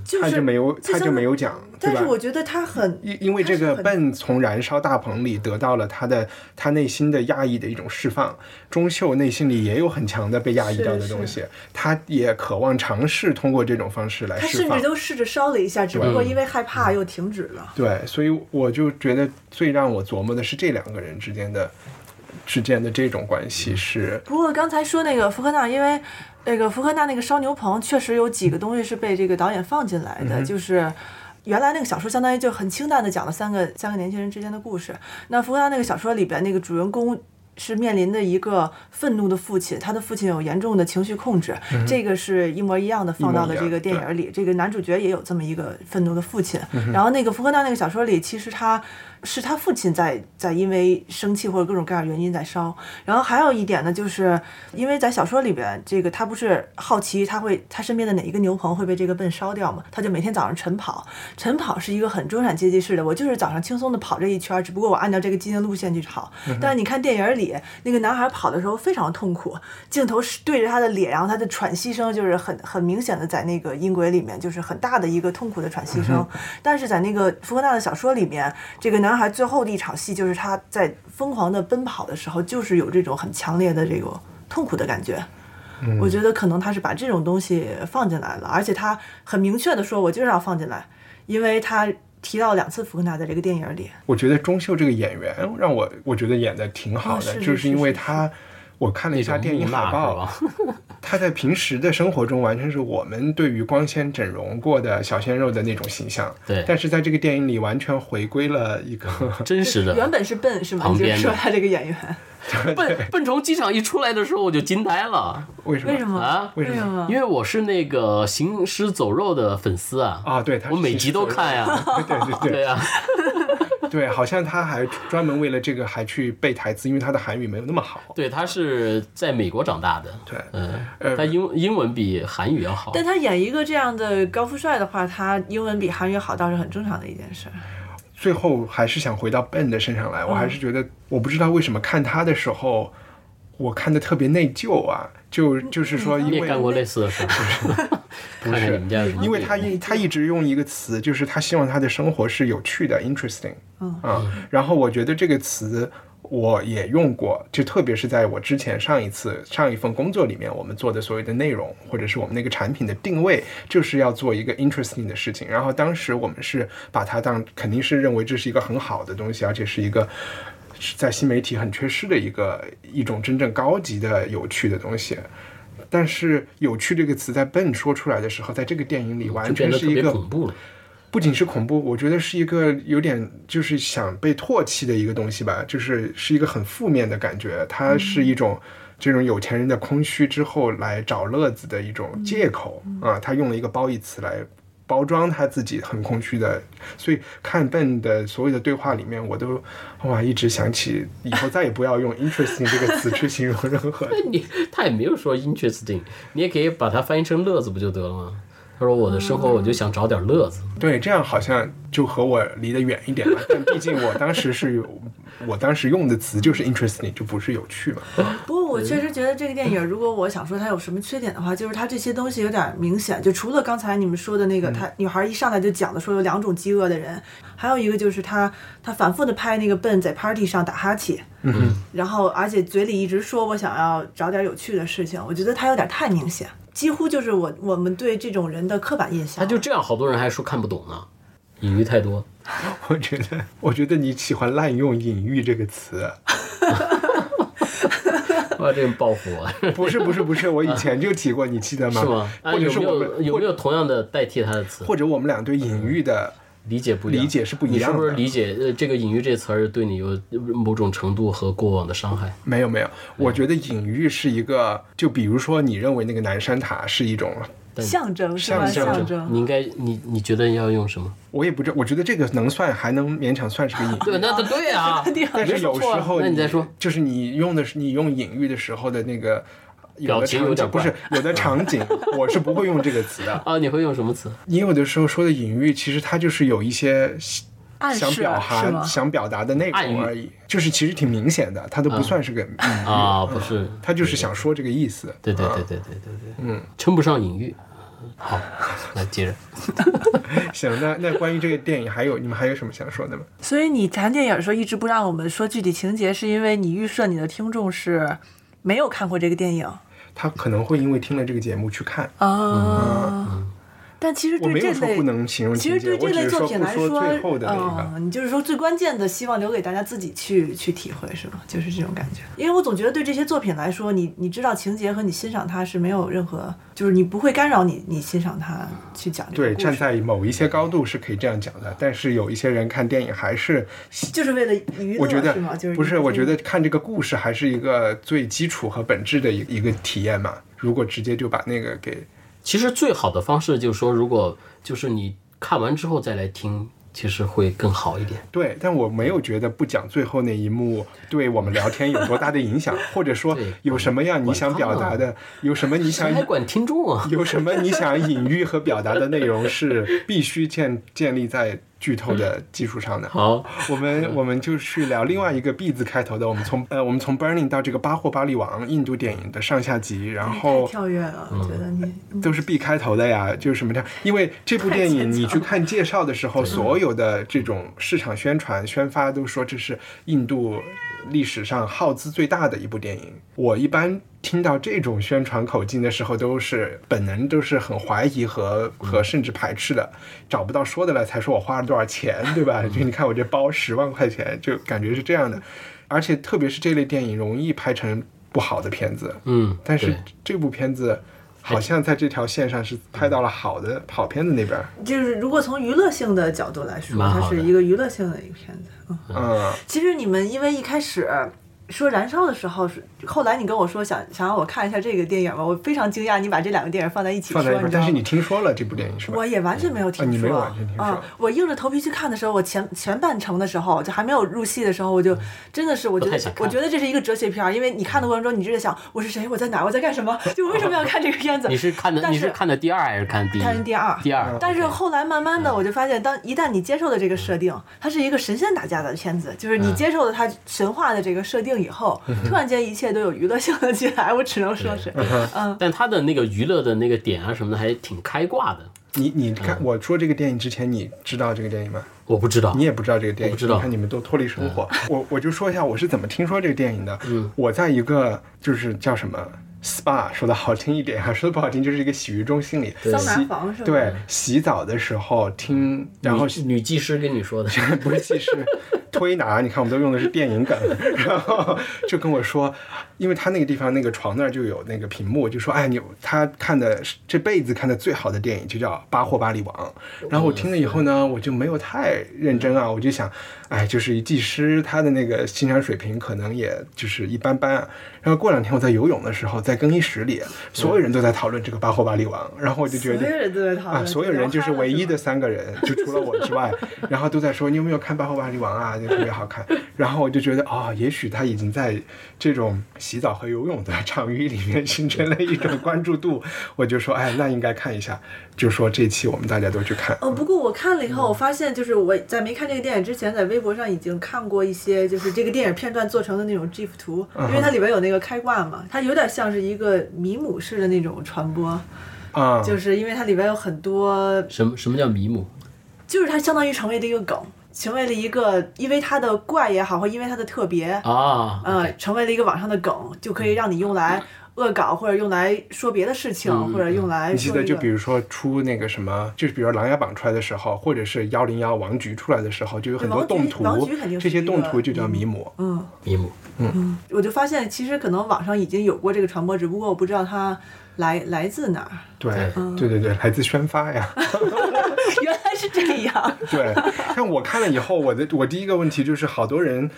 就
他
是
就没有
就
他就
像
没有讲，对
但
吧
是？我觉得他很
因因为这
他
个
是很
笨从燃烧大棚里得到了他的他内心的压抑的一种释放，钟秀内心里也有很强的被压抑掉的东西，他也渴望尝试通过这种方式来
他
释
甚
放
至。都试着烧了一下，只不
嗯
过因为害怕又停止了。
对，所以我就觉得最让我琢磨的是这两个人之间的之间的这种关
嗯
系是，
不过刚才说那个福克纳，因为那个福克纳那个烧牛棚确实有几个东西是被这个导演放进来的，就是。原来那个小说相当于就很清淡的讲了三个三个年轻人之间的故事。那福克纳那个小说里边那个主人公是面临的一个愤怒的父亲，他的父亲有严重的情绪控制，这个是一嗯模一样的放到了这个电影里。这个男主角也有这么一个愤怒的父亲。然后那个福克纳那个小说里，其实他是他父亲在在因为生气或者各种各样的原因在烧。然后还有一点呢，就是因为在小说里边，这个他不是好奇他会他身边的哪一个牛棚会被这个笨烧掉嘛，他就每天早上晨跑。晨跑是一个很中产阶级式的，我就是早上轻松的跑这一圈儿，只不过我按照这个既定路线去跑。但是你看电影里那个男孩跑的时候非常痛苦，镜头是对着他的脸，然后他的喘息声就是很很明显的在那个音轨里面，就是很大的一个痛苦的喘息声。 但是在那个福克纳的小说里面，这个男孩最后的一场戏就是他在疯狂的奔跑的时候，就是有这种很强烈的这个痛苦的感觉。我觉得可能他是把这种东西放进来了，而且他很明确的说，我就是要放进来，因为他提到两次福克纳在这个电影里，
我觉得钟秀这个演员让我我觉得演的挺好
哦
的，
是
就是
是
因为
是是
他。我看了一下电影
木
海
讷
报，
是吧？
他在平时的生活中完全是我们对于光鲜整容过的小鲜肉的那种形象，
对
但是在这个电影里完全回归了一 个，
真实的
原。本是笨是吗？
旁
你就
边的
是说他这个演员，
笨笨从机场一出来的时候，我就惊呆了
为什么？
为什么？
啊！
为什么？
么
因为我是那个行尸走肉的粉丝啊！
啊对他是
我每集都看呀、
对 对对
对啊呀、
对，好像他还专门为了这个还去背台词，因为他的韩语没有那么好。
对，他是在美国长大的，
对
嗯
呃，
他英英文比韩语要好。
但他演一个这样的高富帅的话，他英文比韩语好倒是很正常的一件事。
最后还是想回到 Ben 的身上来，我还是觉得，我不知道为什么看他的时候，我看的特别内疚啊，就就是说，因
你
为
也干过类似 的事儿， 看看你们家有什么
因为他
对
一他一直用一个词，就是他希望他的生活是有趣的，interesting，嗯然后我觉得这个词我也用过，就特别是在我之前上一次上一份工作里面，我们做的所有的内容或者是我们那个产品的定位，就是要做一个 interesting 的事情。然后当时我们是把它当肯定是认为这是一个很好的东西，而且是一个是在新媒体很缺失的一个一种真正高级的有趣的东西。但是“有趣”这个词在 Ben 说出来的时候，在这个电影里完
就
全
变得
是
特
一
别
个
恐怖了。
不仅是恐怖，我觉得是一个有点就是想被唾弃的一个东西吧，就是是一个很负面的感觉，它是一种。这种有钱人的空虚之后来找乐子的一种借口
嗯
啊，他用了一个褒义词来包装他自己很空虚的，所以看 Ben 的所有的对话里面，我都哇一直想起以后再也不要用 interesting 这个词去形容任何
那你他也没有说 interesting，你也可以把它翻译成乐子不就得了吗？他说我的生活
嗯
我就想找点乐子，
对，这样好像就和我离得远一点了。但毕竟我当时是有，我当时用的词就是 interesting，就不是有趣嘛。
不过我确实觉得这个电影，如果我想说它有什么缺点的话，就是它这些东西有点明显。就除了刚才你们说的那
嗯
个，她女孩一上来就讲的说有两种饥饿的人，还有一个就是她她反复的拍那个笨在 party 上打哈欠，嗯，然后而且嘴里一直说我想要找点有趣的事情，我觉得她有点太明显，几乎就是我我们对这种人的刻板印象。
他就这样，好多人还说看不懂呢，隐喻太多。
我觉得，我觉得你喜欢滥用“隐喻”这个词，
哇，这个报复我， 是
不是不是不是，我以前就提过，你记得吗？
吗？啊，
或者
有
是
没
我
有
们，
有
或
没有同样的代替他的词？
或者我们俩对隐喻的
理解不一样，
理解是不一样的
你是不是理解呃这个“隐喻”这词儿对你有某种程度和过往的伤害？
没有没有，我觉得隐喻是一个，就比如说你认为那个南山塔是一种
象征是吧？
象征
象
你
征。
应该你你觉得要用什 么？
我也不知，我觉得这个能算，还能勉强算是个隐喻。
对，那对啊，
但是有时候
那你再说，
就是你用的是你用隐喻的时候的那个有
表
的
情
场
有
景，
点
不是
怪嗯
有的场 景，我是不会用这个词的。
啊，你会用什么词？
你有的时候说的隐喻，其实它就是有一些
暗
想
示
表
是
达、
吗
想表达的内
暗喻
容而已，就是其实挺明显的，它都不算是个隐喻，
啊，不是，
它就是想说这个意思。
对对对对对对对，嗯，称不上隐喻。好，来接着。
行，那那关于这个电影，还有你们还有什么想说的吗？
所以你谈电影的时候一直不让我们说具体情节，是因为你预设你的听众是没有看过这个电影。
他可能会因为听了这个节目去看。
啊、但其实
嗯我
对
没
这
有说
类，
不能形容
其
情
实
节，
对
我
这
只
类
是说
作
不
品来
说最后的那个。
嗯，你就是说最关键的，希望留给大家自己去去体会，是吗？就是这种感觉。因为我总觉得对这些作品来说，你你知道情节和你欣赏它是没有任何，就是你不会干扰你你欣赏它去讲这个
对，
故
站
事
在某一些高度是可以这样讲的，但是有一些人看电影还是，
就是为了娱乐，
我觉得
是吗？就是
不是，我觉
得。
得看这个故事还是一个最基础和本质的一一个体验嘛。如果直接就把那个给，
其实最好的方式就是说，如果就是你看完之后再来听，其实会更好一点。
对，但我没有觉得不讲最后那一幕对我们聊天有多大的影响，或者说
对
有什么样你
管
想
他
表达
呢
的，有什么你想
谁还管听众啊？
有什么你想隐喻和表达的内容是必须建建立在剧透的基础上的。
好，
我们我们就去聊另外一个 B 字开头的，我们从呃我们从 Burning 到这个《巴霍巴利王》印度电影的上下集，然
太
后
跳跃了，我觉得你
嗯
都是 B 开头的呀，就是什么这样？因为这部电影你去看介绍的时嗯候，所有的这种市场宣传宣发都说这是印度历史上耗资最大的一部电影。我一般听到这种宣传口径的时候，都是本能都是很怀疑和和甚至排斥的，找不到说的了才说我花了多少钱，对吧？就你看我这包十万块钱，就感觉是这样的。而且特别是这类电影容易拍成不好的片子，
嗯，
但是
对
这部片子好像在这条线上是拍到了好的好片子那边儿，
就是如果从娱乐性的角度来说，
蛮好
它
的
是一个娱乐性的一个片子。嗯，
嗯，
其实你们因为一开始说《燃烧》的时候，是后来你跟我说想想让我看一下这个电影嘛，我非常惊讶，你把这两个电影放在一起说，
放在一
你
块儿。
知
但
道吗
是你听说了这部电影是吧
我？也完全没有
啊
听说，
你没有完全听说
啊我硬着头皮去看的时候，我前前半程的时候，就还没有入戏的时候，我
嗯
就真的是，我觉
不太
得
想看
我觉得这是一个哲学片儿，因为你看的过程中，你就在想我是谁，我在哪，我在干什么，就为什么要看这个片 子？
你是看的
但
你
是
是看的第二还是看第一？
看第二
第
嗯
二。
但是后来慢慢的，我就发现，当一旦你接受了这个设
嗯
定，它是一个神仙打架的片子，就是你接受了它神话的这个设定以后，
嗯
突然间一切都有娱乐性了起来。我只能说是，嗯，
但他的那个娱乐的那个点啊什么的还挺开挂的，
你你看
嗯
我说这个电影之前，你知道这个电影吗？
我不知道
你也不知道这个电影，
我不知道嗯
你看你们都脱离生活。我我就说一下我是怎么听说这个电影的。我在一个就是叫什么 SPA，说的好听一点啊，说的不好听就是一个洗浴中心里，
桑
洗
拿房是吧？
对洗澡的时候听，然后
女女技师跟你说的，
不是技师，推拿，你看我们都用的是电 影梗，然后就跟我说，因为他那个地方那个床那儿就有那个屏幕，就说哎你他看的这辈子看的最好的电影就叫《巴霍巴利王》，
哦
然后我听了以后呢，我就没有太认真啊，我就想，哎，啊就是一技师他的那个欣赏水平可能也就是一般般啊。然后过两天我在游泳的时候，在更衣室里，所有人都在讨论这个《巴霍巴利王》，然后我就觉
所有
得
人都在讨论
啊，所有人就是唯一的三个人，就除了我之 外，然后都在说你有没有看《巴霍巴利王》啊，就特别好看。然后我就觉得哦，也许他已经在这种洗澡和游泳的场域里 面形成了一种关注度，我就说哎，那应该看一下。就说这期我们大家都去看，
哦，不过我看了以后，我发现就是我在没看这个电影之前，在微博上已经看过一些就是这个电影片段做成的那种 GIF 图，因为
嗯
它里边有那个开挂嘛，它有点像是一个迷母式的那种传播，
啊、
就是因为它里边有很多
什么什么叫迷母？
就是它相当于成为了一个梗，成为了一个，因为它的怪也好，或因为它的特别，
啊，
呃，成为了一个网上的梗，就可以让你用
嗯
来恶搞，或者用来说别的事情，或者用来
你记
说
得
一
就
个
比如说出那个什么，就是比如《琅琊榜》出来的时候，或者是幺零幺王局出来的时候，就有很多
王局
动图
王局肯定，
这
是
些
一个嗯
动图就叫迷母。
迷母。
我就发现其实可能网上已经有过这个传播，只不过我不知道它来来自哪儿。
对
嗯
对对对，来自宣发呀。
原来是这样，
对，但我看了以后，我的我第一个问题就是，好多人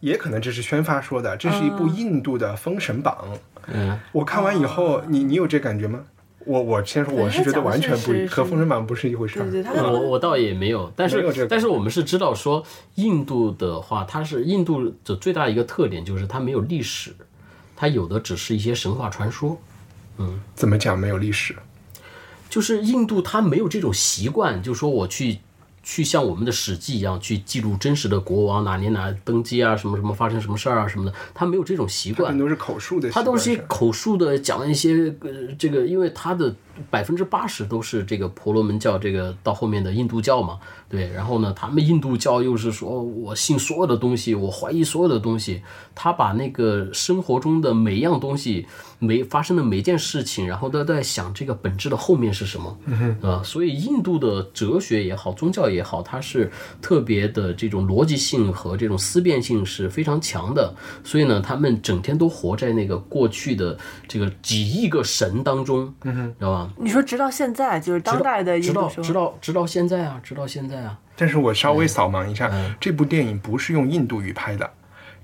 也可能这是宣发说的，这是一
嗯
部印度的《封神榜》。
嗯，
我看完以后，你你有这感觉吗？我我先说，我是觉得完全不一，
哦对它讲的是
和《封神榜》不是一回事
对
儿。
对对，它
我
的
我倒也没有，但是
没有这个
但是我们是知道说，印度的话，它是印度的最大一个特点就是它没有历史，它有的只是一些神话传说。
怎么讲没有历史？
就是印度它没有这种习惯，就说我去去像我们的《史记》一样去记录真实的国王哪年哪登基啊，什么什么发生什么事儿啊什么的，它没有这种习惯
很。多是口述的习
它
惯是吧，
都是口述的讲一些呃这个，因为它的百分之八十都是这个婆罗门教，这个到后面的印度教嘛，对。然后呢，他们印度教又是说我信所有的东西，我怀疑所有的东西，他把那个生活中的每一样东西，每发生的每一件事情，然后都在想这个本质的后面是什么，嗯、呃，所以印度的哲学也好，宗教也好，它是特别的这种逻辑性和这种思辨性是非常强的，所以呢，他们整天都活在那个过去的这个几亿个神当中，嗯、知道吧？
你说直到现在就是当代的
直
印
到
度社
直
会，
到直到现在啊，直到现在啊，
但是我稍微扫盲一下，
嗯
这部电影不是用印度语拍的，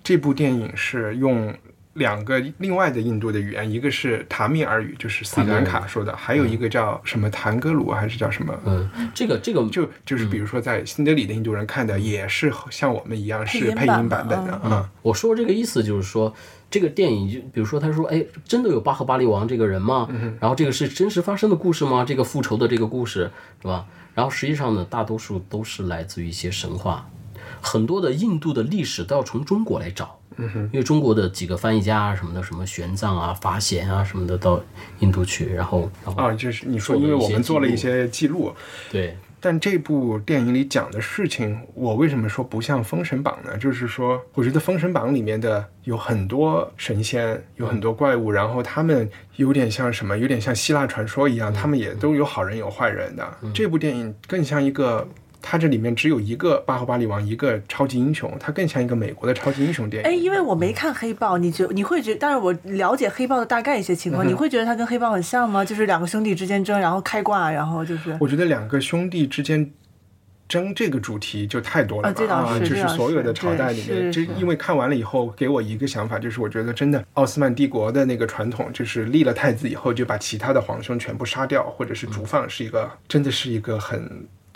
这部电影是用两个另外的印度的语言，一个是塔米尔语，就是斯里兰卡说的，还有一个叫什么唐格鲁啊还是叫什么？
嗯，这个这个
就就是比如说在新德里的印度人看的也是像我们一样是配
配
音版
音版
本的啊，
我说这个意思就是说，这个电影就比如说，他说，哎，真的有巴赫巴利王这个人吗？
嗯
然后这个是真实发生的故事吗？这个复仇的这个故事是吧？然后实际上呢，大多数都是来自于一些神话，很多的印度的历史都要从中国来找。
嗯
因为中国的几个翻译家啊什么的，什么玄奘啊、法显啊什么的，到印度去，然后，然后
啊，就是你说，因为我们做了一些记录，
对，
但这部电影里讲的事情，我为什么说不像《封神榜》呢？就是说，我觉得《封神榜》里面的有很多神仙，有很多怪物，然后他们有点像什么？有点像希腊传说一样，他们也都有好人有坏人的。这部电影更像一个。它这里面只有一个巴霍巴利王，一个超级英雄，它更像一个美国的超级英雄电影。
哎，因为我没看黑豹，你觉你会觉，但是我了解黑豹的大概一些情况，你会觉得它跟黑豹很像吗？就是两个兄弟之间争，然后开挂，然后就是
我觉得两个兄弟之间争这个主题就太多了
啊
吧
这倒是
就
这
是
倒
所有
是
的朝
对
代里面，
是
这因为看完了以后，给我一个想法，就是我觉得真的奥斯曼帝国的那个传统，就是立了太子以后就把其他的皇兄全部杀掉，或者是逐放，是一个真的是一个很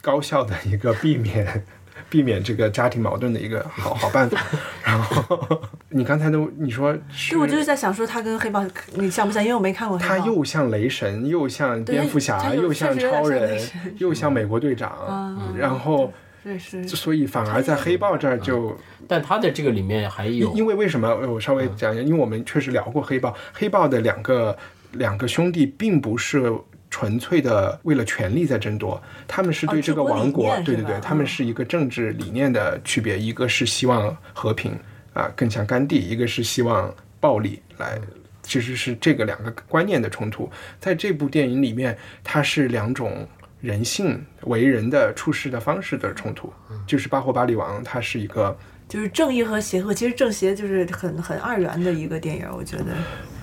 高效的一个避免。 避免这个家庭矛盾的一个好好办法。然后你刚才都你说是，
对，我就是在想说它跟黑豹你像不像？因为我没看过黑
他
豹。
又像雷神，又像
嗯对
蝙蝠
他
侠，
有
又像
确实有点
超
像雷
人
神，嗯
又像美国队长，然后
对嗯是
所以反而在黑豹这儿就，
但他的这个里面还有
因为为什么呃我稍
嗯
微讲一下，因为我们确实聊过黑豹，黑豹的两个两个兄弟并不是。纯粹的为了权力在争夺，他们是对
哦
这个
治国理
王国，
念
对
是
对对
吧，嗯
他们是一个政治理念的区别，一个是希望和平啊，更像甘地，一个是希望暴力来，其实是这个两个观念的冲突。在这部电影里面，它是两种
嗯
人性为人的处事的方式的冲突，就是《巴霍巴利王》，他是一个
就是正义和邪恶，其实正邪就是很很二元的一个电影，我觉得。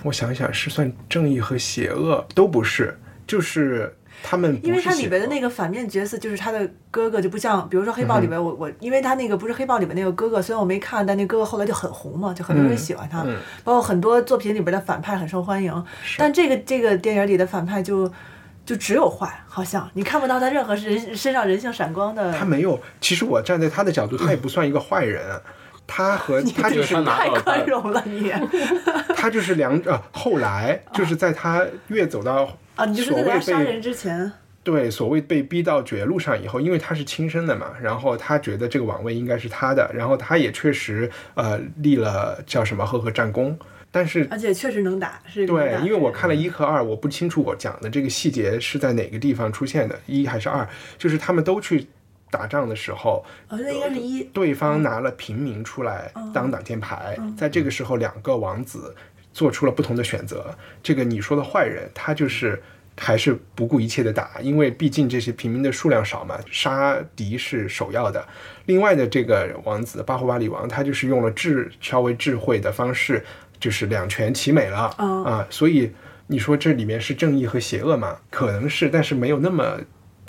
我想一想，是算正义和邪恶都不是，就是他们不
因为
是
它
邪
里边的
恶
那个反面角色就是他的哥哥，就不像，比如说黑豹里边，我我，因为他那个不是黑豹里边那个哥哥，虽然我没看，但那哥哥后来就很红嘛，就很多人喜欢他，包括很多作品里边的反派很受欢迎。但这个这个电影里的反派就就只有坏，好像你看不到他任何人身上人性闪光的。
他没有。其实我站在他的角度，他也不算一个坏人，啊他 和他就
对
是
他拿
太
到了
宽容了你啊
他就是两呃，后来就是在他越走到
啊！你就是
所
在
谓
他杀人
被
之前，
对所谓被逼到绝路上以后，因为他是亲生的嘛，然后他觉得这个王位应该是他的，然后他也确实呃立了叫什么赫赫战功，但是
而且确实能打，是一个能
对
打，
因为我看了一和二，我不清楚我讲的这个细节是在哪个地方出现的，一还是二，就是他们都去打仗的时候，
我觉得应该是一。
对方拿了平民出来当挡箭牌，在这个时候，两个王子做出了不同的选择。这个你说的坏人，他就是还是不顾一切的打，因为毕竟这些平民的数量少嘛，杀敌是首要的。另外的这个王子巴霍巴里王，他就是用了智稍微智慧的方式，就是两全其美了啊、所以你说这里面是正义和邪恶嘛？可能是，但是没有那么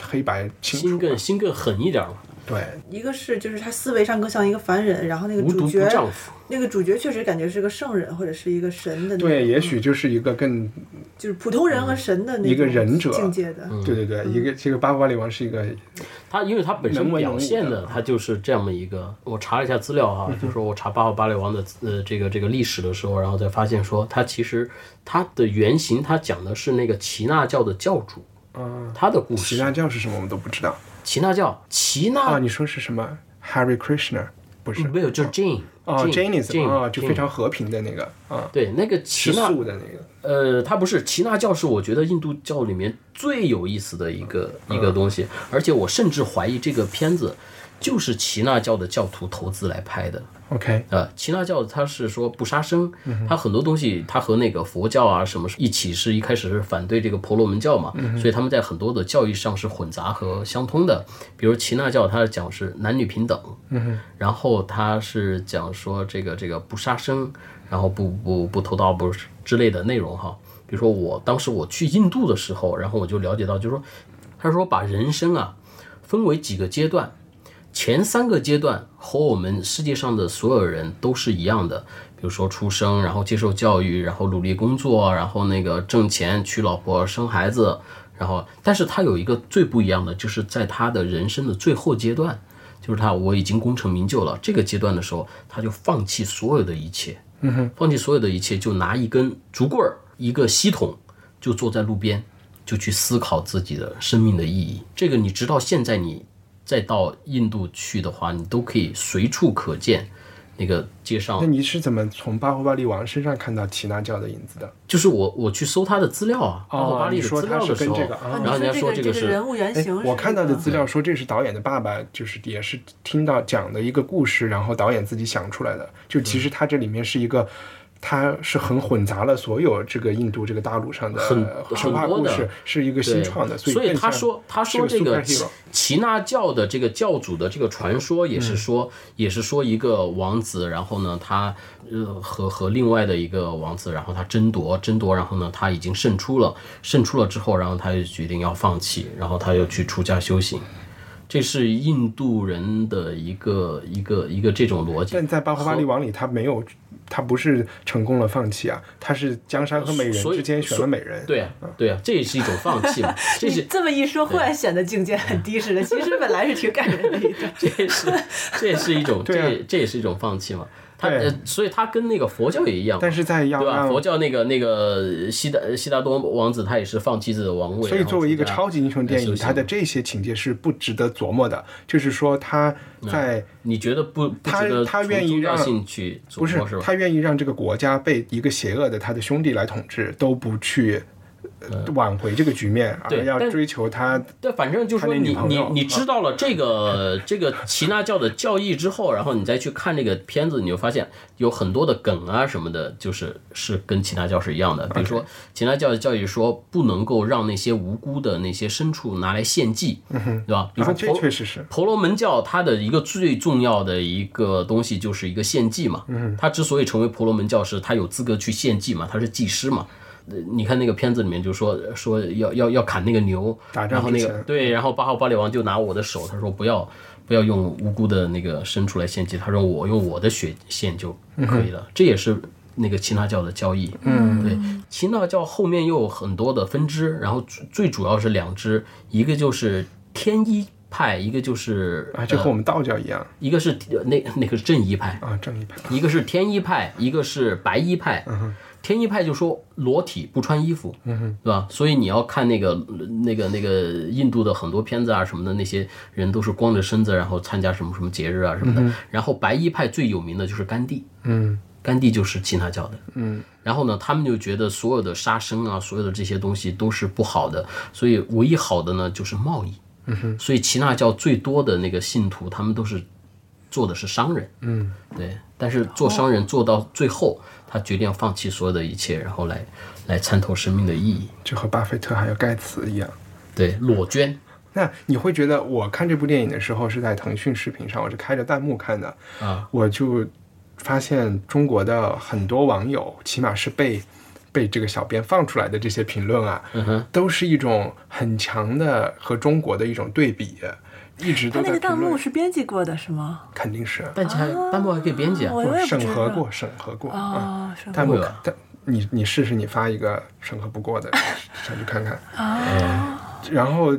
黑白清
心
楚
更。心更狠一点嘛，
对，
一个是就是他思维上更像一个凡人，然后那个
无毒
主
不
角
丈夫。
那个主角确实感觉是个圣人或者是一个神的那种，
对，也许就是一个更
就是普通人和神的那种
一个忍者
境界
嗯
的。
对对对，一个这个八卦里王是一个，
他因为他本身
人文人物
表现
的
的，他就是这么一个。我查了一下资料
嗯
哈，就说我查八号芭蕾王的呃这个这个历史的时候，然后才发现说他其实他的原型他讲的是那个耆那教的教主，
嗯，
他的故
其
事。
他教是什么我们都不知道
耆那教，耆
啊。
那
你说是什么？Harry Krishna 不是？
嗯没有就是 Jane
哦 j a n i s
Jane
啊，就非常和平的那个啊，
对那个
吃
耆那
素的那个。
呃，它不是耆那教是我觉得印度教里面最有意思的一个、
嗯
一个东西，而且我甚至怀疑这个片子就是耆那教的教徒投资来拍的。
OK，
呃，耆那教它是说不杀生，它很多东西它和那个佛教啊什么一起是一开始是反对这个婆罗门教嘛，所以他们在很多的教义上是混杂和相通的。比如耆那教它讲是男女平等，然后它是讲说这个这个不杀生，然后不不不偷盗不是之类的内容哈。比如说我当时我去印度的时候，然后我就了解到，就是说他说把人生啊分为几个阶段，前三个阶段和我们世界上的所有人都是一样的，比如说出生，然后接受教育，然后努力工作，然后那个挣钱、娶老婆、生孩子，然后，但是他有一个最不一样的，就是在他的人生的最后阶段，就是他我已经功成名就了这个阶段的时候，他就放弃所有的一切，嗯哼，放弃所有的一切，就拿一根竹棍儿、一个系统，就坐在路边，就去思考自己的生命的意义。这个你直到现在你再到印度去的话，你都可以随处可见，那个街上
那你是怎么从巴霍巴利王身上看到耆那教的影子的？就是
我我去搜他的资料啊，包括巴
哦你
黎的
说
资
他
料
是
的时
跟
候，
这个啊
然后人家
说
哦说
这
这个
个这
是
个人物原
哎
型，，
我看到的资
料，
料说这是导演的爸爸，就是也是听到讲的一个故事，然后导演自己想出来的。就其实他这里面是一个，他是很混杂了所有这个印度这个大陆上的
呃很
神话
很多
故
的
事，是一个新
对
创的。
所
以更
他
像
说他
是
说这个
superhero
耆耆那教的这个教主的这个传说，也
嗯
是说、也是说一个王子，然后呢他呃和和另外的一个王子，然后他争夺争夺，然后呢他已经胜出了，胜出了之后，然后他就决定要放弃，然后他又去出家修行。这是印度人的一个一个一个这种逻辑，
但在《巴霍巴利王》里，他没有，他不是成功了放弃啊，他是江山和美人
所以
之间选了美人。
对啊，对啊，这也是一种放 弃嘛，这
你
是嗯
这么一说，忽然显得境界很低似的。其实本来是挺感人的 一段。
这也是这也是 一种，
对啊
这也这也是一种放弃嘛。他
对
呃，所以他跟那个佛教也一样嘛，
但是在要
对吧？
让，
佛教那个那个悉达悉达多王子，他也是放弃自己的王位。
所以
然后
作为一个
出家
超级英雄电
修
影，
行
它的这些情节是不值得琢磨的。就是说，他
嗯
在
你觉得不？不
他
值得
他
从
愿意
宗教
让
性去琢
不是
磨是吧？
他愿意让这个国家被一个邪恶的他的兄弟来统治，都不去呃挽回这个局面，而
嗯对
要
但
追求他
但反正就是说
他那
你
女朋
你
友啊
你知道了这个这个齐那教的教义之后，然后你再去看这个片子，你就发现有很多的梗啊什么的，就是是跟齐那教是一样的。比如说齐那教的教义说不能够让那些无辜的那些牲畜拿来献祭，对吧？比如
啊，
说
这
婆
确实是
婆罗门教它的一个最重要的一个东西就是一个献祭嘛，它之所以成为婆罗门教是它有资格去献祭嘛，它是祭师嘛。呃你看那个片子里面就说说要要要砍那个牛，
打
然
仗
后
之
那
前
个对，然后八号堡垒王就拿我的手，他说不要不要用无辜的那个牲畜来献祭，他说我用我的血献就可以了，这也是那个耆那教的教义。嗯，对，耆那教后面又有很多的分支，然后最最主要是两支，一个就是天一派，一个就是
啊，就和
呃
我们道教一样
一个是呃那那个是正一派，
啊，正义派
一个是天一派，一个是白衣派。天一派就说裸体不穿衣服，对吧？所以你要看那个那个那个印度的很多片子啊什么的，那些人都是光着身子，然后参加什么什么节日啊什么的。然后白衣派最有名的就是甘地，
嗯，
甘地就是耆那教的，嗯。然后呢，他们就觉得所有的杀生啊，所有的这些东西都是不好的，所以唯一好的呢就是贸易。所以耆那教最多的那个信徒，他们都是做的是商人，嗯，对。但是做商人做到最后，他决定要放弃所有的一切，然后来来参透生命的意义。
就和巴菲特还有盖茨一样。
对，裸捐，
那你会觉得我看这部电影的时候是在腾讯视频上，我是开着弹幕看的
啊，
我就发现中国的很多网友，起码是被被这个小编放出来的这些评论啊，
嗯
都是一种很强的和中国的一种对比，一直都
他那
在
个弹
评
幕
论，
是编辑过的是吗？
肯定是
但其还弹幕还可以编辑啊
我。也不
审
知
核
道
过，审核过啊，
哦，是吗
弹幕
会吧
但你你试试，你发一个审核不过的上去看 看。
啊，
然后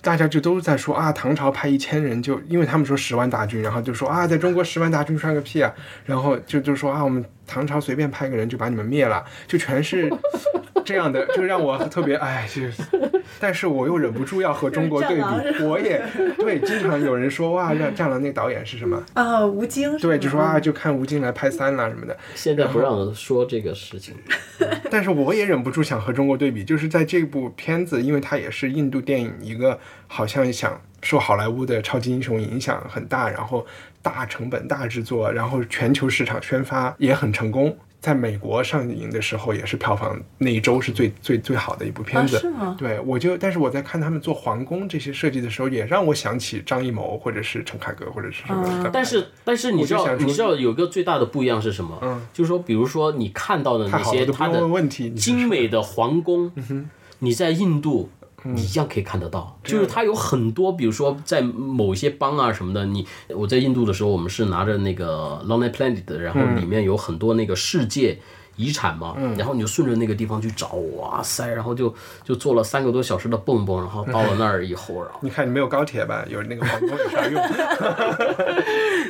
大家就都在说啊，唐朝派一千人就，因为他们说十万大军，然后就说啊，在中国十万大军算个屁啊，然后就就说啊，我们唐朝随便派个人就把你们灭了， 就全是这样的，就让我特别哎，就是，但是我又忍不住要和中国 对
战狼
比，我也对，经常有人说哇，让战狼那个导演是什么？
啊，吴京是
对，
吗
就说啊，就看吴京来拍三了什么的，
现在不让说这个事情，
但是我也忍不住想和中国对比，就是在这部片子，因为它也是印度电影一个好像想受好莱坞的超级英雄影响很大，然后大成本大制作，然后全球市场宣发也很成功。在美国上映的时候，也是票房那一周是最最最好的一部片子。
啊是吗
对，我就但是我在看他们做皇宫这些设计的时候，也让我想起张艺谋或者是陈凯歌或者是什么
啊
的。
但是但是你知
我就
道
想说嗯
你知道有个最大的不一样是什么？就是说，比如说你看到的那
太好
些
了，都
它
不用
的
问问题，你嗯就是
精美的皇宫，你在印度。
嗯
你一样可以看得到，
啊
就是它有很多，比如说在某些邦啊什么的，你我在印度的时候，我们是拿着那个 Lonely Planet，然后
嗯
里面有很多那个世界遗产嘛，然后你就顺着那个地方去找，哇塞，然后就就坐了三个多小时的蹦蹦，然后到了那儿以后，然后
你看你没有高铁吧？有那个皇宫有啥用？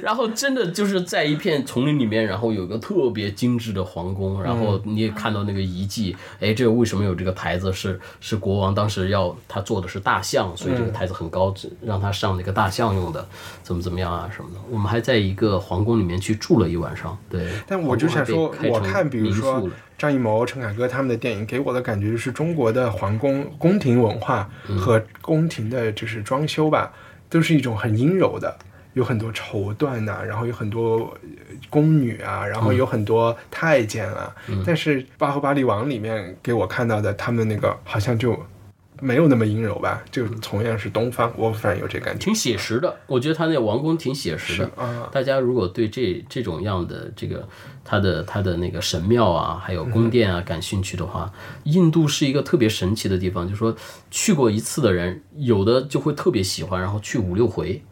然后真的就是在一片丛林里面，然后有个特别精致的皇宫，然后
嗯
你也看到那个遗迹，哎，这个为什么有这个牌子？是是国王当时要他做的是大象，所以
嗯
这个台子很高，只让他上那个大象用的，怎么怎么样啊什么的。我们还在一个皇宫里面去住了一晚上，对。
但我就想说
皇宫，还被
我
开成
看比如
民宿
说
了
张艺谋、陈凯歌他们的电影，给我的感觉就是中国的皇宫宫廷文化
嗯
和宫廷的就是装修吧，都是一种很阴柔的，有很多绸缎呐、然后有很多呃宫女啊，然后
嗯
有很多太监啊。但是《巴霍巴利王》里面给我看到的，他们那个好像就没有那么阴柔吧，就
嗯
同样是东方，我反正有这感觉。
挺写实的，我觉得他那王宫挺写实的。大家如果对这这种样的这个他的他的那个神庙啊，还有宫殿啊感兴趣的话，印度是一个特别神奇的地方，就是说去过一次的人，有的就会特别喜欢，然后去五六回，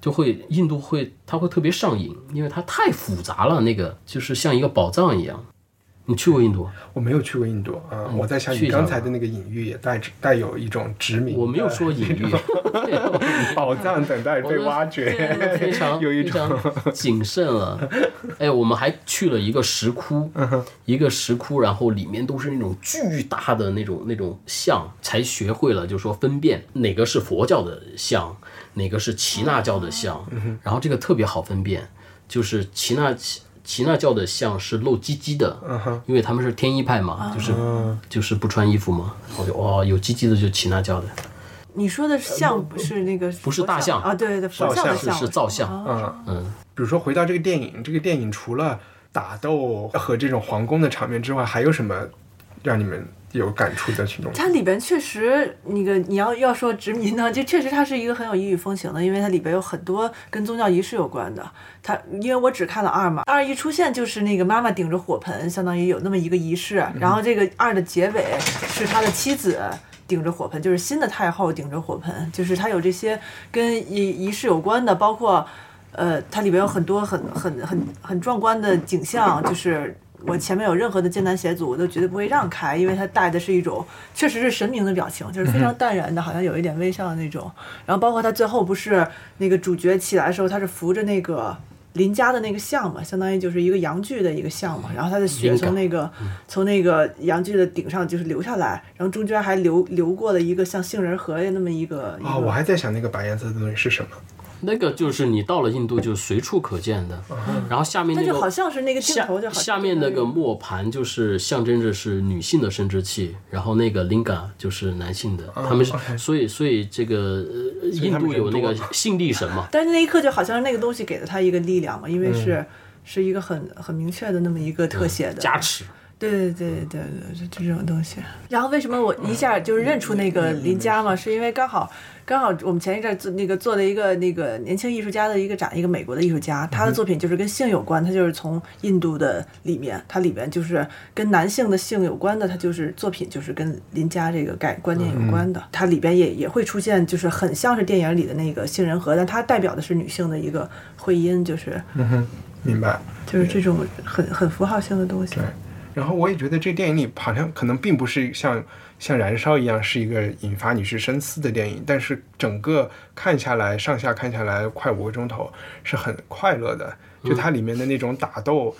就会印度会它会特别上瘾，因为它太复杂了，那个就是像一个宝藏一样。你去过印度？
我没有去过印度啊，我在想
嗯去
你
一下
刚
吧
才的那个隐喻也带带有一种殖民的。
我没有说 隐喻。
宝藏等待被挖掘，
非常
有一
非
种
常谨慎了。哎，我们还去了一个石窟，
嗯
一个石窟，然后里面都是那种巨大的那种那种像，才学会了就说分辨哪个是佛教的像，
嗯
哪个是耆那教的像，然后这个特别好分辨，就是耆那耆那教的像是露鸡鸡的，
嗯哼，哦
因为他们是天一派嘛，就是就是不穿衣服嘛。然后就哦，有鸡鸡的就耆那教的，
你说的像是那个
呃不是
佛
大象
啊？对对对，佛像的
是
像
是造像。
嗯
嗯
比如说回到这个电影，这个电影除了打斗和这种皇宫的场面之外，还有什么让你们有感触的其中？
它里边确实，那个你要要说殖民呢，就确实它是一个很有异域风情的，因为它里边有很多跟宗教仪式有关的。它因为我只看了二嘛，二一出现就是那个妈妈顶着火盆，相当于有那么一个仪式，然后这个二的结尾是他的妻子。顶着火盆，就是新的太后顶着火盆，就是它有这些跟仪仪式有关的，包括呃，它里边有很多很很很很壮观的景象，就是我前面有任何的艰难险阻，我都绝对不会让开，因为它带的是一种确实是神明的表情，就是
嗯
非常淡然的，好像有一点微笑的那种。然后包括他最后不是那个主角起来的时候，他是扶着那个。邻家的那个像嘛，相当于就是一个羊具的一个像嘛，然后他的血
灵
从
感嗯
那个从那个羊具的顶上就是流下来，然后中间还流流过了一个像杏仁核的那么一个一
啊、
个
我还在想那个白颜色的东西是什么。
那个就是你到了印度就随处可见的，
嗯
然后下面
那
那
就
个
好像是那个镜头就好像
下下面那个磨盘就是象征着是女性的生殖器，然后那个 linga 就是男性的，他们是
嗯 OK
所以所以这个呃
以
印
他们
度有那个
人多
性力神嘛，
但是那一刻就好像是那个东西给了他一个力量嘛，因为是、是一个很很明确的那么一个特写的
加持。
对对对对对，这这种东西。嗯然后为什么我一下就是认出那个林佳嘛？是因为刚好刚好我们前一阵儿做那个做了一个那个年轻艺术家的一个展，一个美国的艺术家，他的作品就是跟性有关，他就是从印度的里面，他里边就是跟男性的性有关的，他就是作品就是跟林佳这个概观念有关的，它里边也也会出现，就是很像是电影里的那个杏仁核，但它代表的是女性的一个会阴，就是
明白。
就是这种很很符号性的东西
对。然后我也觉得这电影里好像可能并不是像像《燃烧》一样是一个引发你去深思的电影，但是整个看下来，上下看下来快五个钟头是很快乐的。就它里面的那种打斗，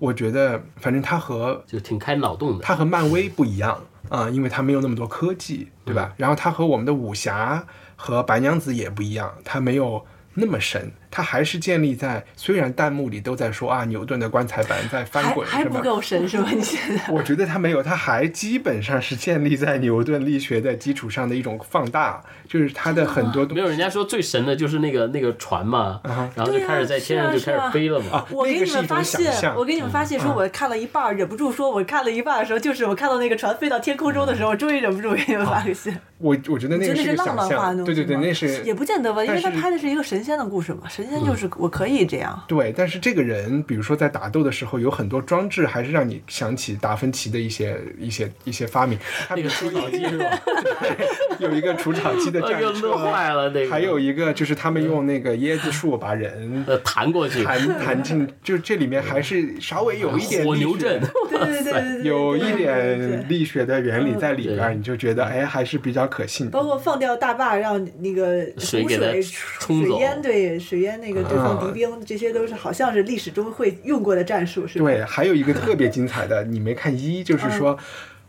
我觉得反正它和
就挺开脑洞的，
它和漫威不一样啊、因为它没有那么多科技，对
嗯
吧？然后它和我们的武侠和白娘子也不一样，它没有那么神，它还是建立在虽然弹幕里都在说啊牛顿的棺材板在翻
还
滚，
还
是
不
吧？
够神是吧？你现 在
我觉得它没有，它还基本上是建立在牛顿力学的基础上的一种放大，就是它的很多东
没有人家说最神的就是那个那个船嘛，
嗯
然后就
对啊
开始在天上
是啊
就开始飞了嘛。
我
那
给
个
你
是
们
一
发
种想
信，
象嗯
我给你们发信说，我看了一半儿，忍不住说，我看了一半儿的时候，就是我看到那个船飞到天空中的时候，我终于忍不住给你们发个信。
我我觉得嗯那
觉
个
得
是
是
个
浪
想
漫化
象，
的
对
东西
对对，
吗
那是
也不见得吧，因为他
但是嗯
拍的是一个神仙的故事嘛，神仙就是我可以这样。
对，但是这个人，比如说在打斗的时候，有很多装置，还是让你想起达芬奇的一些一些一些发明。他
那
比
个
如
除
说
草机是吧？
有一个除草机的
哎
战
啊
呦，乐
车，啊
坏了那个。
还有一个就是他们用那个椰子树把人
呃，弹过去，
弹弹进，就这里面还是稍微有一点
火
力
牛
学
阵，
对对对对对对，嗯
有一
对对对
点力学的原理在里边儿，
对
你就觉得哎还是比较可信。
包括放掉大坝，让那个湖
水
水
给它冲
水
走
淹对水淹那个对放
嗯
敌兵，这些都是好像是历史中会用过的战术，是吧？
对，啊还有一个特别精彩的，你没看一，就是说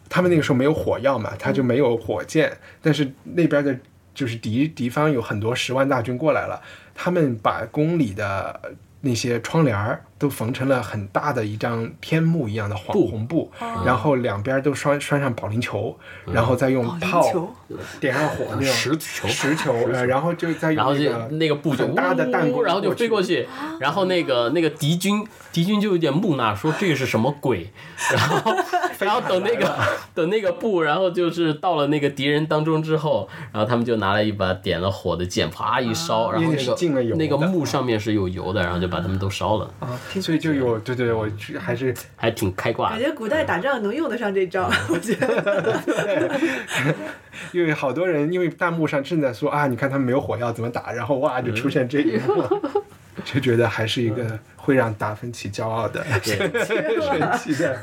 他们那个时候没有火药嘛，他就没有火箭，但是那边的就是敌敌方有很多十万大军过来了，他们把宫里的呃那些窗帘儿都缝成了很大的一张天幕一样的黄
布
红布，然后两边都拴拴上保龄球，然后再用
保龄
炮
球
点上火那种
嗯 石球
石 球，呃然后就再
然后
用
就那
个
个布就
很大的弹
呜
弓
然后就飞过去，然后那个那个敌军敌军就有点木讷，说这是什么鬼，然后然后等那
飞
个
来
等那个布，然后就是到了那个敌人当中之后，然后他们就拿了一把点了火的剑，啪一烧，然
因
后
为
那
是浸了
个
油
那个
的啊
木上面是有油的，然后就把他们都烧了，
所以就有对对，我去还是
还挺开挂
感
的。
觉古代打仗能用得上 这招，我觉得。
因为好多人因为弹幕上正在说啊，你看他们没有火药怎么打，然后哇就出现这一幕，就觉得还是一个会让达芬奇骄傲 的
对。
神奇的。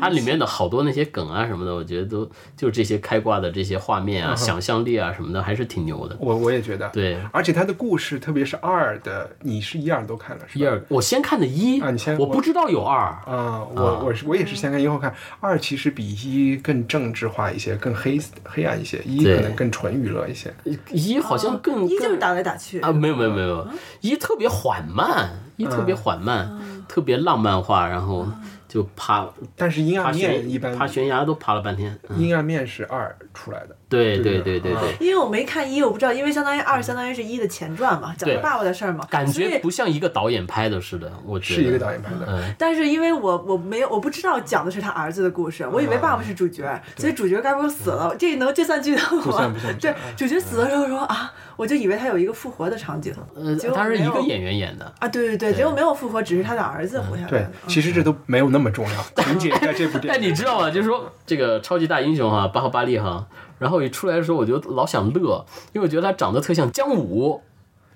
它里面的好多那些梗啊什么的，我觉得都就这些开挂的这些画面啊、想象力啊什么的，还是挺牛的。
我我也觉得，
对
而且他的故事，特别是二的，你是一二都看了是吧？
一二，我先看的一，
啊你先
我不知道有二，
啊，我我是我也是先看一后看，二其实比一更政治化一些，更黑黑暗一些，一
对
可能更纯娱乐一些。
一好像更
哦一就是
更
打来打去嗯
嗯
啊，没有没有没有，一特别缓慢，一特别缓慢，特别浪漫化，然后
嗯
就爬
但是阴
爬
暗面一般
悬，爬悬崖都爬了半天。嗯
阴暗面是二出来的，
对
对
对对对
啊
对，
因为我没看一，我不知道，因为相当于二相当于是一的前传嘛，
嗯
讲
对
的爸爸的事儿嘛，
感
所
觉
以
不像一个导演拍的似的，我觉得
是一个导演拍的。
嗯，
但是因为我我没有我不知道讲的是他儿子的故事，我以
啊
为爸爸是主角，所以主角该不会死了？这能这算剧透吗？
不算不算不算
对
嗯，
主角死的时候说啊，我就以为他有一个复活的场景
呃
结，果
他是
没
一
有
个演员嗯演的，
啊，对对对，结果没有复活，只是他的儿子活下来
对
了。，
其实这都没有那么重要， 情节在这部电
但
影。
你知道吗？就是说这个超级大英雄啊，八号巴利哈，然后一出来的时候，我就老想乐，因为我觉得他长得特像姜武，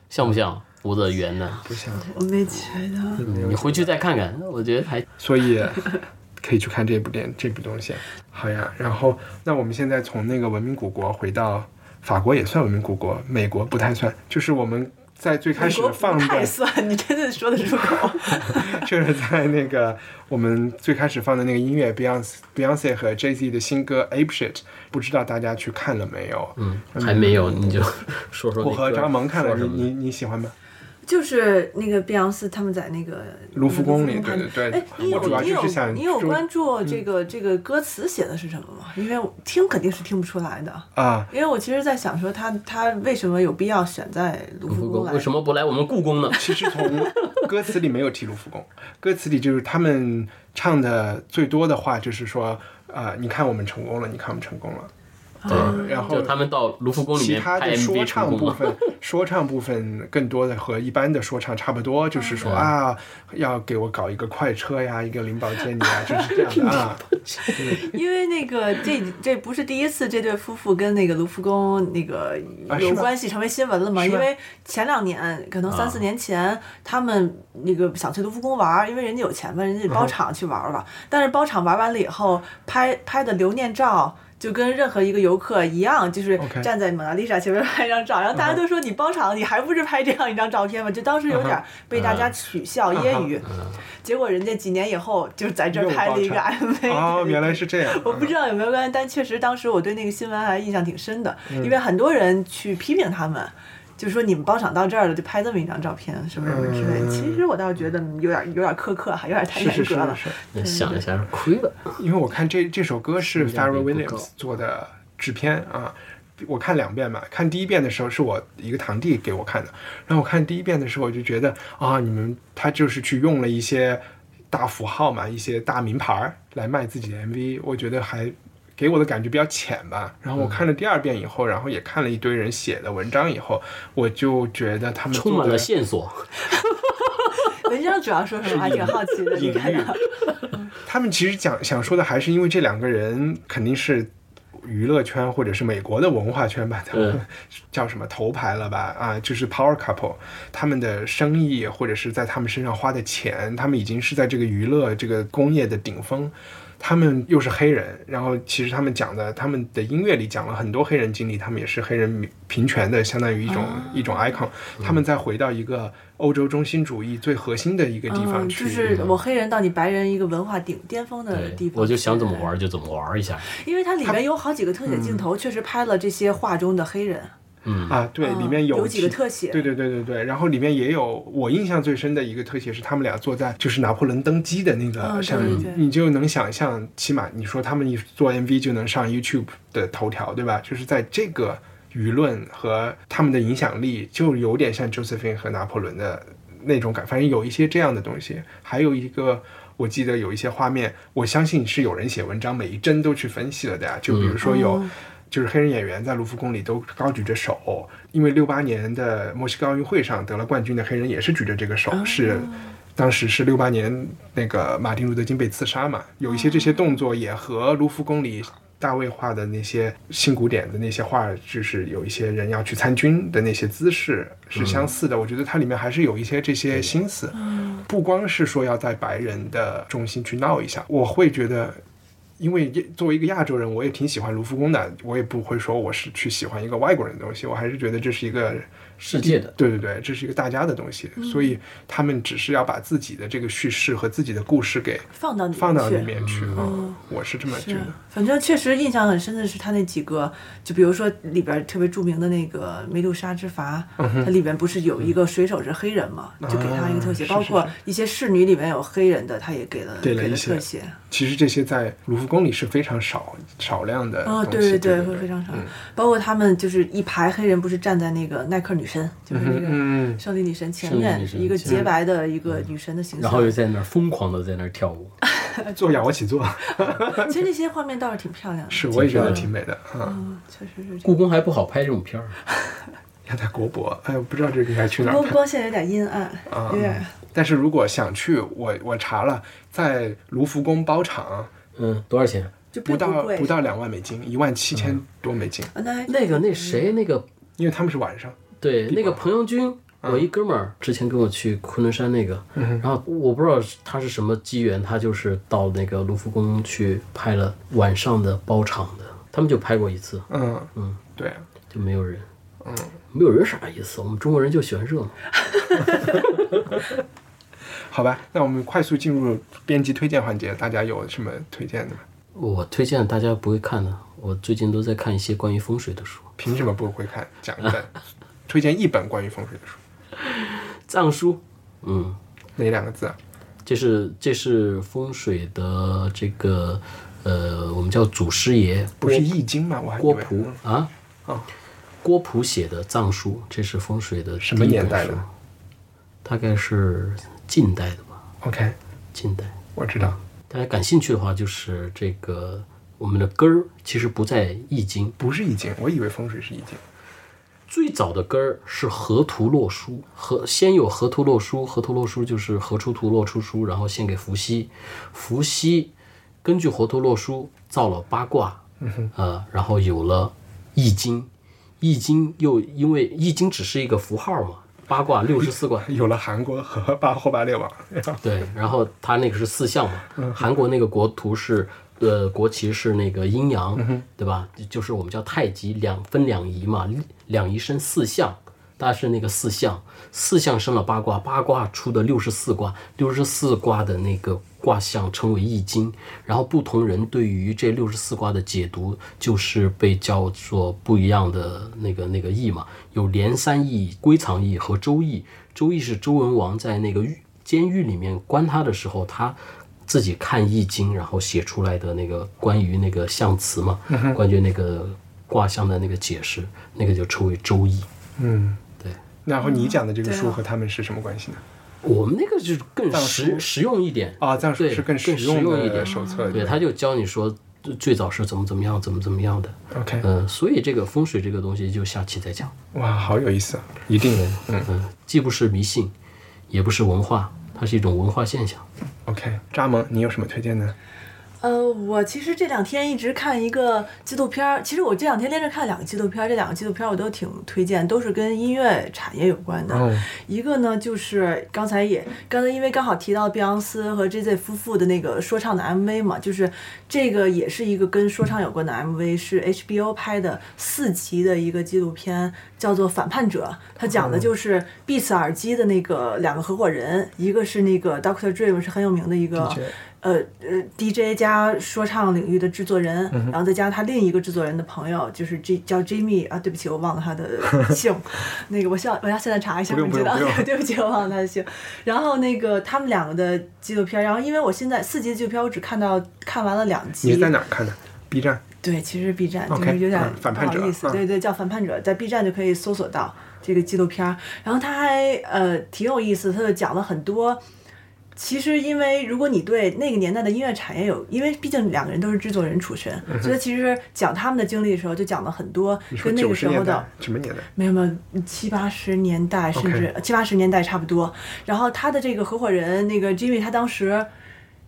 像不像？胡子圆的，
不像，
啊我没觉得，
你回去再看看，我觉得还
所以可以去看这部电这部东西。好呀，然后那我们现在从那个文明古国回到法国也算文明古国，美国不太算，就是我们。在最开
美
始
国
放
不
的
太算，你真的说得出口。
就是在那个我们最开始放的那个音乐 Beyonce Beyonce 和 Jay Z 的新歌 Ape Shit，不知道大家去看了没有？嗯，
还没有，你就 说说那
我和
歌
张萌看了，你
说什么
你你喜欢吗？
就是那个碧昂斯他们在那个
卢浮宫里
那个
对对对
哎，你
我主要
有你
就是
有
想嗯
你有
注
关注这个这个歌词写的是什么吗？因为我听肯定是听不出来的，
啊，
因为我其实在想说他他为什么有必要选在卢
卢
浮
浮宫
来？
为什么不来我们故宫呢？
其实从歌词里没有提卢浮宫，歌词里就是他们唱的最多的话就是说，啊、你看我们成功了，你看我们成功了。
啊
对，
然后
就他们到卢浮宫里
其
面
他
拍
的说
MV 成
唱
功
部
了，
分，说唱部分更多的和一般的说唱差不多，就是说啊，要给我搞一个快车呀，一个林宝坚尼啊，就是这样的 啊。
因为那个这这不是第一次这对夫妇跟那个卢浮宫那个
啊是
有
吗
关系成为新闻了嘛？
是吗
因为前两年可能
啊
三四年前、他们那个想去卢浮宫玩儿，因为人家有钱嘛，人家
嗯
包场去玩儿了。但是包场玩完了以后拍拍的留念照。就跟任何一个游客一样，就是
OK 嗯
站在蒙娜丽莎前面拍一张照，然后大家都说你包场，你还不是拍这样一张照片吗？就当时有点被大
嗯
家取笑揶揄，结果人家几年以后就在这儿
又
拍了一
包
个
场
MV。
哦，原来是这样。
我不知道有没有关系，但确实当时我对那个新闻还印象挺深的，
嗯
因为很多人去批评他们，就说你们包场到这儿了，就拍这么一张照片，什么什么之类的。其实我倒觉得有点有点苛刻，啊还有点太
是是
严
是
格了
是。是，
想一下是嗯亏了。
因为我看这这首歌是 p h a r r e
不
l
够
Williams 做的制片啊，我看两遍嘛。看第一遍的时候是我一个堂弟给我看的，然后我看第一遍的时候我就觉得啊，你们他就是去用了一些大符号嘛，一些大名牌儿来卖自己的 MV，我觉得还。给我的感觉比较浅吧，然
嗯
后我看了第二遍以后，然后也看了一堆人写的文章以后，我就觉得他们
充满
做
了
的
线索，
文章主要说什么？还挺好奇的，
隐
你看
喻
到。
他们其实讲想说的还是因为这两个人肯定是娱乐圈或者是美国的文化圈吧，他们
嗯
叫什么头牌了吧？啊，就是 power couple，他们的生意或者是在他们身上花的钱，他们已经是在这个娱乐这个工业的顶峰。他们又是黑人，然后其实他们讲的，他们的音乐里讲了很多黑人经历，他们也是黑人平权的，相当于一种、
哦
一种 icon。他们再回到一个欧洲中心主义最核心的一个地方
嗯，
去，
就是我黑人到你白人一个文化顶巅峰的地
对，
方，
我就想怎么玩，就怎么玩一下。
因为它里面有好几个特
嗯
写镜头，确实拍了这些画中的黑人。
啊，对，里面
嗯
有
有几个
提
特写
对对对对对，然后里面也有我印象最深的一个特写是他们俩坐在就是拿破仑登基的那个
嗯
上
对
面，
对对
你就能想象，起码你说他们一做 MV 就能上 YouTube 的头条，对吧？就是在这个舆论和他们的影响力，就有点像 Josephine 和拿破仑的那种感，反正有一些这样的东西，还有一个。我记得有一些画面，我相信是有人写文章，每一帧都去分析了的呀。就比如说有，就是黑人演员在卢浮宫里都高举着手，因为六八年的墨西哥奥运会上得了冠军的黑人也是举着这个手，是当时是六八年那个马丁路德金被刺杀嘛，有一些这些动作也和卢浮宫里。大卫画的那些新古典的那些画，就是有一些人要去参军的那些姿势是相似的。我觉得它里面还是有一些这些心思，不光是说要在白人的中心去闹一下，我会觉得因为作为一个亚洲人，我也挺喜欢卢浮宫的，我也不会说我是去喜欢一个外国人的东西，我还是觉得这是一个
世界的
对对对，这是一个大家的东
嗯
西，所以他们只是要把自己的这个叙事和自己的故事给
放到里面
放到
去哦
里面去啊、我是这么觉
是啊
得。，
反正确实印象很深的是他那几个，就比如说里边特别著名的那个《梅杜莎之筏》
嗯
它里边不是有一个水手是黑人嘛，就给他一个特写，
啊
包
是是
括
是
一些侍女里面有黑人的，他也给了
给了
给
一
了
些
特写。
其实这些在卢浮宫里是非常少少量的
啊、
呃东西，
对
对
对
嗯
会非常少。包括他们就是一排黑人，不是站在那个耐克女神，就是那
嗯
个胜利女神前
胜利
任
女，神
一个
前任
洁白的一个女神的形
然后又
象。
在那儿疯狂的在那儿跳舞，
做仰卧起哎坐，
其实那些画面倒是挺漂亮的，
是我也觉得挺美的啊。
嗯，确实是这样。
故宫还不好拍这种片儿。
要在国博，哎，我不知道这个应该去哪儿
不过
看。
光线有点阴暗，
啊
有点
但是如果想去，我我查了，在卢浮宫包场
嗯，多少钱？
就并
不到
贵
不到两万美金，一万七千多美金，
啊，那
那个那谁那个
因为他们是晚上。
对那个彭阳君。我一哥们儿之前跟我去昆仑山那个，然后我不知道他是什么机缘，他就是到那个卢浮宫去拍了晚上的包场的，他们就拍过一次，
嗯嗯，对，
就没有人，嗯，没有人啥意思，我们中国人就喜欢热闹。
好吧，那我们快速进入编辑推荐环节，大家有什么推荐的吗？
我推荐大家不会看的，我最近都在看一些关于风水的书，
凭什么不会看？讲一 本，推荐一本关于风水的书，
《藏书》，嗯，
哪两个字啊？
这是这是风水的这个呃，我们叫祖师爷
不是易经吗？我还以
郭
为
璞啊，
哦
郭璞写的《藏书》，这是风水的
什么
第一本
年代的
书？大概是近代的吧，
OK，
近代。
我知道，
大家感兴趣的话，就是这个我们的根儿其实不在《易经》，
不是易经，我以为风水是易经。
最早的根儿是河图洛书，河先有河图洛书，河图洛书就是河出图洛出书，然后献给伏羲，伏羲根据河图洛书造了八卦，呃，然后有了易经，易经又因为易经只是一个符号嘛，八卦六十四卦，
有了韩国和巴霍巴列王，
对，然后它那个是四象嘛，韩国那个国图是。呃，国旗是那个阴阳，对吧？就是我们叫太极两分两仪嘛，两仪生四象，它是那个四象，四象生了八卦，八卦出的六十四卦，六十四卦的那个卦象称为易经，然后不同人对于这六十四卦的解读，就是被叫做不一样的那个那个易嘛，有连山易、归藏易和周易，周易是周文王在那个狱监狱里面关他的时候，他自己看《易经》，然后写出来的那个关于那个象辞嘛，
嗯
关于那个卦象的那个解释，那个就称为《周易》。
嗯，
对。
然后你讲的这个
对啊
书和他们是什么关系呢？
我们那个就是更
藏书
实实用一点
啊藏书
对
是更实
实
用的
一点
手册
对，
对
他就教你说最最早是怎么怎么样，怎么怎么样的。
OK
嗯、所以这个风水这个东西就下期再讲。
哇，好有意思，啊！一定嗯
嗯、既不是迷信，也不是文化，它是一种文化现象。
，OK。扎萌，你有什么推荐呢？
呃，我其实这两天一直看一个纪录片儿，其实我这两天连着看两个纪录片儿，这两个纪录片儿我都挺推荐，都是跟音乐产业有关的。
哦
一个呢就是刚才也刚才因为刚好提到碧昂斯和 J.J 夫妇的那个说唱的 MV 嘛，就是这个也是一个跟说唱有关的 MV，是 HBO 拍的四集的一个纪录片，叫做《反叛者》，它讲的就是碧斯耳机的那个两个合伙人，一个是那个 Doctor Dream 是很有名的一个。呃呃 DJ 加说唱领域的制作人，
嗯
然后再加上他另一个制作人的朋友，就是 J 叫 Jimmy 啊，对不起，我忘 了他的姓，那个我想我要现在查一下，
不
我
用
知道
不 用不，用
对不起，我忘了他的姓。然后那个他们两个的纪录片，然后因为我现在四集的纪录片我只看到看完了两集，
你是在哪儿看的？B 站。
对，其实 B 站就
OK，
是有点
嗯反
不
叛
好
者
意思，
嗯
对对，叫反叛者，在 B 站就可以搜索到这个纪录片儿。然后他还呃挺有意思，他就讲了很多。其实，因为如果你对那个年代的音乐产业有，因为毕竟两个人都是制作人出身，所以其实讲他们的经历的时候，就讲了很多
嗯你说
跟那
九
个
十
时
年
候
代
的
什么年代？
没有没有，七八十年代甚至七八十年代差不多。然后他的这个合伙人那个 Jimmy，他当时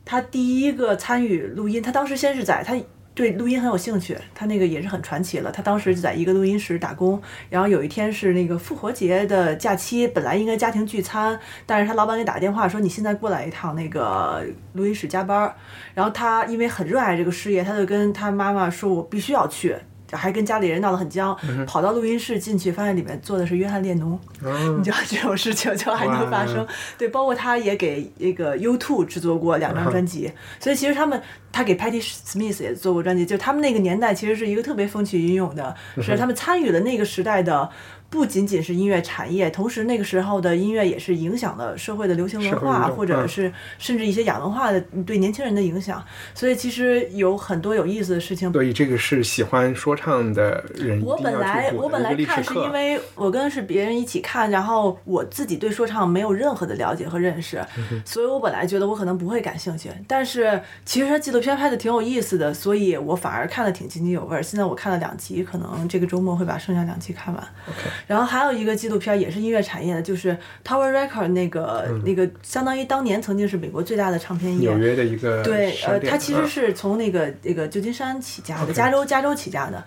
他第一个参与录音，他当时先是在他对录音很有兴趣，他那个也是很传奇了。他当时就在一个录音室打工，然后有一天是那个复活节的假期，本来应该家庭聚餐，但是他老板给打电话说你现在过来一趟那个录音室加班儿。然后他因为很热爱这个事业，他就跟他妈妈说我必须要去。还跟家里人闹得很僵，
嗯
跑到录音室进去，发现里面坐的是约翰列侬， 你知道这种事情就还能发生
哦哇。
对，包括他也给那个 U2 制作过两张专
嗯
辑，所以其实他们他给 Patti Smith 也做过专辑，就他们那个年代其实是一个特别风起云涌的，
嗯
是他们参与了那个时代的。不仅仅是音乐产业，同时那个时候的音乐也是影响了社会的流行文
社会运
化，
动
或者
嗯
是甚至一些亚文化的对年轻人的影响。所以其实有很多有意思的事情，
所以这个是喜欢说唱的人一
我
定
本
要
来
去补
我
的
本
一个
来
历史
看是
课
因。为我跟是别人一起看，然后我自己对说唱没有任何的了解和认识，
嗯
所以我本来觉得我可能不会感兴趣。但是其实它纪录片拍的挺有意思的，所以我反而看的挺津津有味儿。现在我看了两集，可能这个周末会把剩下两集看完。然后还有一个纪录片也是音乐产业的，就是 Tower Record 那个、那个，相当于当年曾经是美国最大的唱片业，
嗯纽约的一个
对，
商
呃，
店
它其
嗯
实是从那个那个旧金山起家的，
OK
加州加州起家的。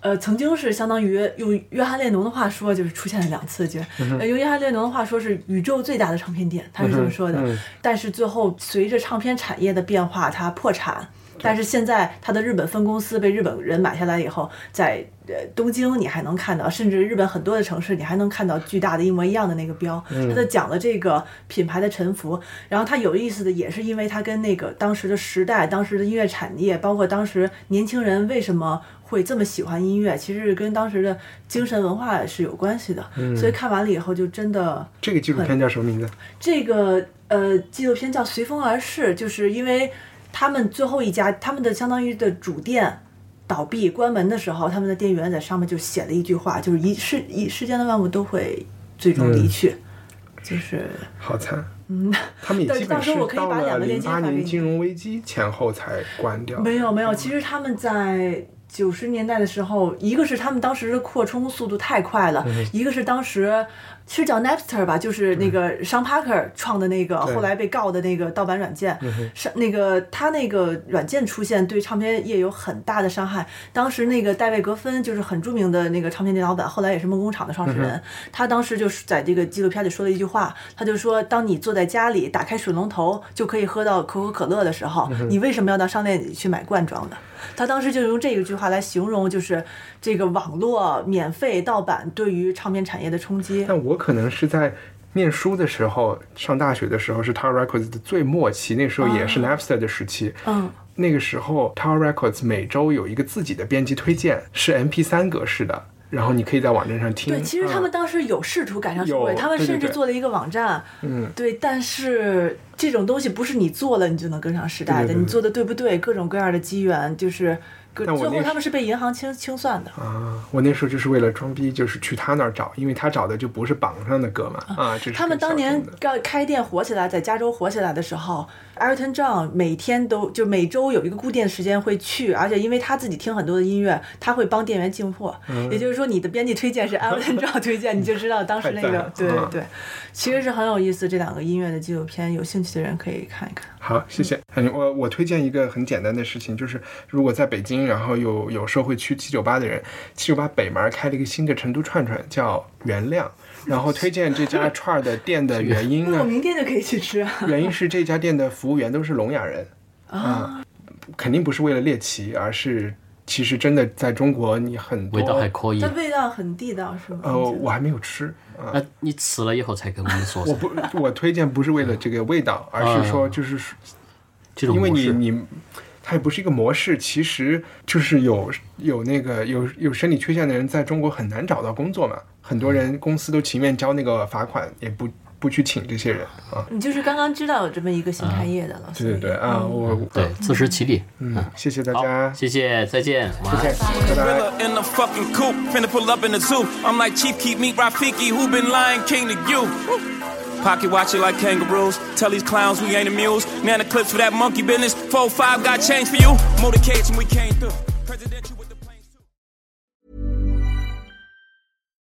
呃，曾经是相当于用约翰列侬的话说，就是出现了两次，就、呃用约翰列侬的话说是宇宙最大的唱片店，他是这么说的。
嗯嗯
但是最后随着唱片产业的变化，它破产。但是现在它的日本分公司被日本人买下来以后，在呃东京你还能看到，甚至日本很多的城市你还能看到巨大的一模一样的那个标。它就讲了这个品牌的沉浮，然后它有意思的也是因为它跟那个当时的时代、当时的音乐产业，包括当时年轻人为什么。会这么喜欢音乐，其实是跟当时的精神文化是有关系的，所以看完了以后就真的
这个纪录片叫什么名字？
这个呃纪录片叫《随风而逝》，就是因为他们最后一家，他们的相当于的主店倒闭关门的时候，他们的店员在上面就写了一句话，就是一世一世间的万物都会最终离去，就是
好惨。嗯，他们也
对
基本
到时
是
候我可以
到
把
了
两个链
零
接
八
发给
年
你
金融危机前后才关掉。
没有没有，其实他们在。九十年代的时候，一个是他们当时的扩充速度太快了，一个是当时是叫 Napster 吧，就是那个商 Parker 创的那个，
对
后来被告的那个盗版软件，是那个他那个软件出现对唱片业有很大的伤害。当时那个戴维·格芬就是很著名的那个唱片店老板，后来也是梦工厂的创始人，他当时就是在这个纪录片里说了一句话，他就说：当你坐在家里打开水龙头就可以喝到可口可乐的时候，你为什么要到商店里去买罐装的？他当时就用这一句话来形容，就是这个网络免费盗版对于唱片产业的冲击。
但我可能是在念书的时候，上大学的时候是 Tower Records 的最末期，那时候也是 Napster 的时期。
啊嗯，
那个时候 Tower Records 每周有一个自己的编辑推荐，是 MP3 格式的，然后你可以在网站上听。啊
对，其实他们当时有试图赶上社会，
有
他们
对对
甚至
对
做了一个网站。嗯，对，但是这种东西不是你做了你就能跟上时代的，
对对对
你做的对不对，各种各样的机缘就是各。
但我
最
那
后
时
他们是被银行清清算的，
啊，我那时候就是为了装逼，就是去他那儿找，因为他找的就不是榜上的歌嘛。啊，这是
他们
更
当
小
年
众的
刚开店火起来，在加州火起来的时候，Elton John 每天都就每周有一个固定的时间会去，而且因为他自己听很多的音乐，他会帮店员进货。
嗯
也就是说，你的编辑推荐是 Elton John 推荐，你就知道当时那
太赞
个
了
对
嗯
对，其实是很有意思。这两个音乐的纪录片，有兴趣的人可以看一看。
好，谢谢。嗯，我我推荐一个很简单的事情，就是如果在北京，然后有有社会区七九八的人，七九八北门开了一个新的成都串串，叫原谅。然后推荐这家串儿的店的原因
那我
呢，
明天就可以去吃啊！
原因是这家店的服务员都是聋哑人啊、肯定不是为了猎奇，而是其实真的在中国你很多
味道还可以
但。味道很地道，是吗？
呃，我还没有吃啊。
呃，你吃了以后才跟我们说噻
我，不， 我推荐不是为了这个味道，而是说就是说
啊这种
因为
模
你
式
你它也不是一个模式，其实就是有有那个有有生理缺陷的人在中国很难找到工作嘛，很多
嗯
人公司都情愿交那个罚款，也不不去请这些人啊。
你就是刚刚知道有这么一个新开业的了，
对对对啊，我
嗯对自食其力。
嗯，谢谢大
好
家，，
谢谢，再见，晚安。
谢谢，拜拜。
Gorilla in the fucking coop, finna pull up in the zoo. I'm like Chief, keep me Rafiki, who been lying king to you. Woo. Pocket watch it like kangaroos. Tell these clowns we ain't amused. Man, the clips for that monkey business. 4-5 got change for you. Motorcades when we came through. Presidential with the planes too.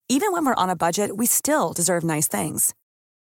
Even when we're on a budget, we still deserve nice things.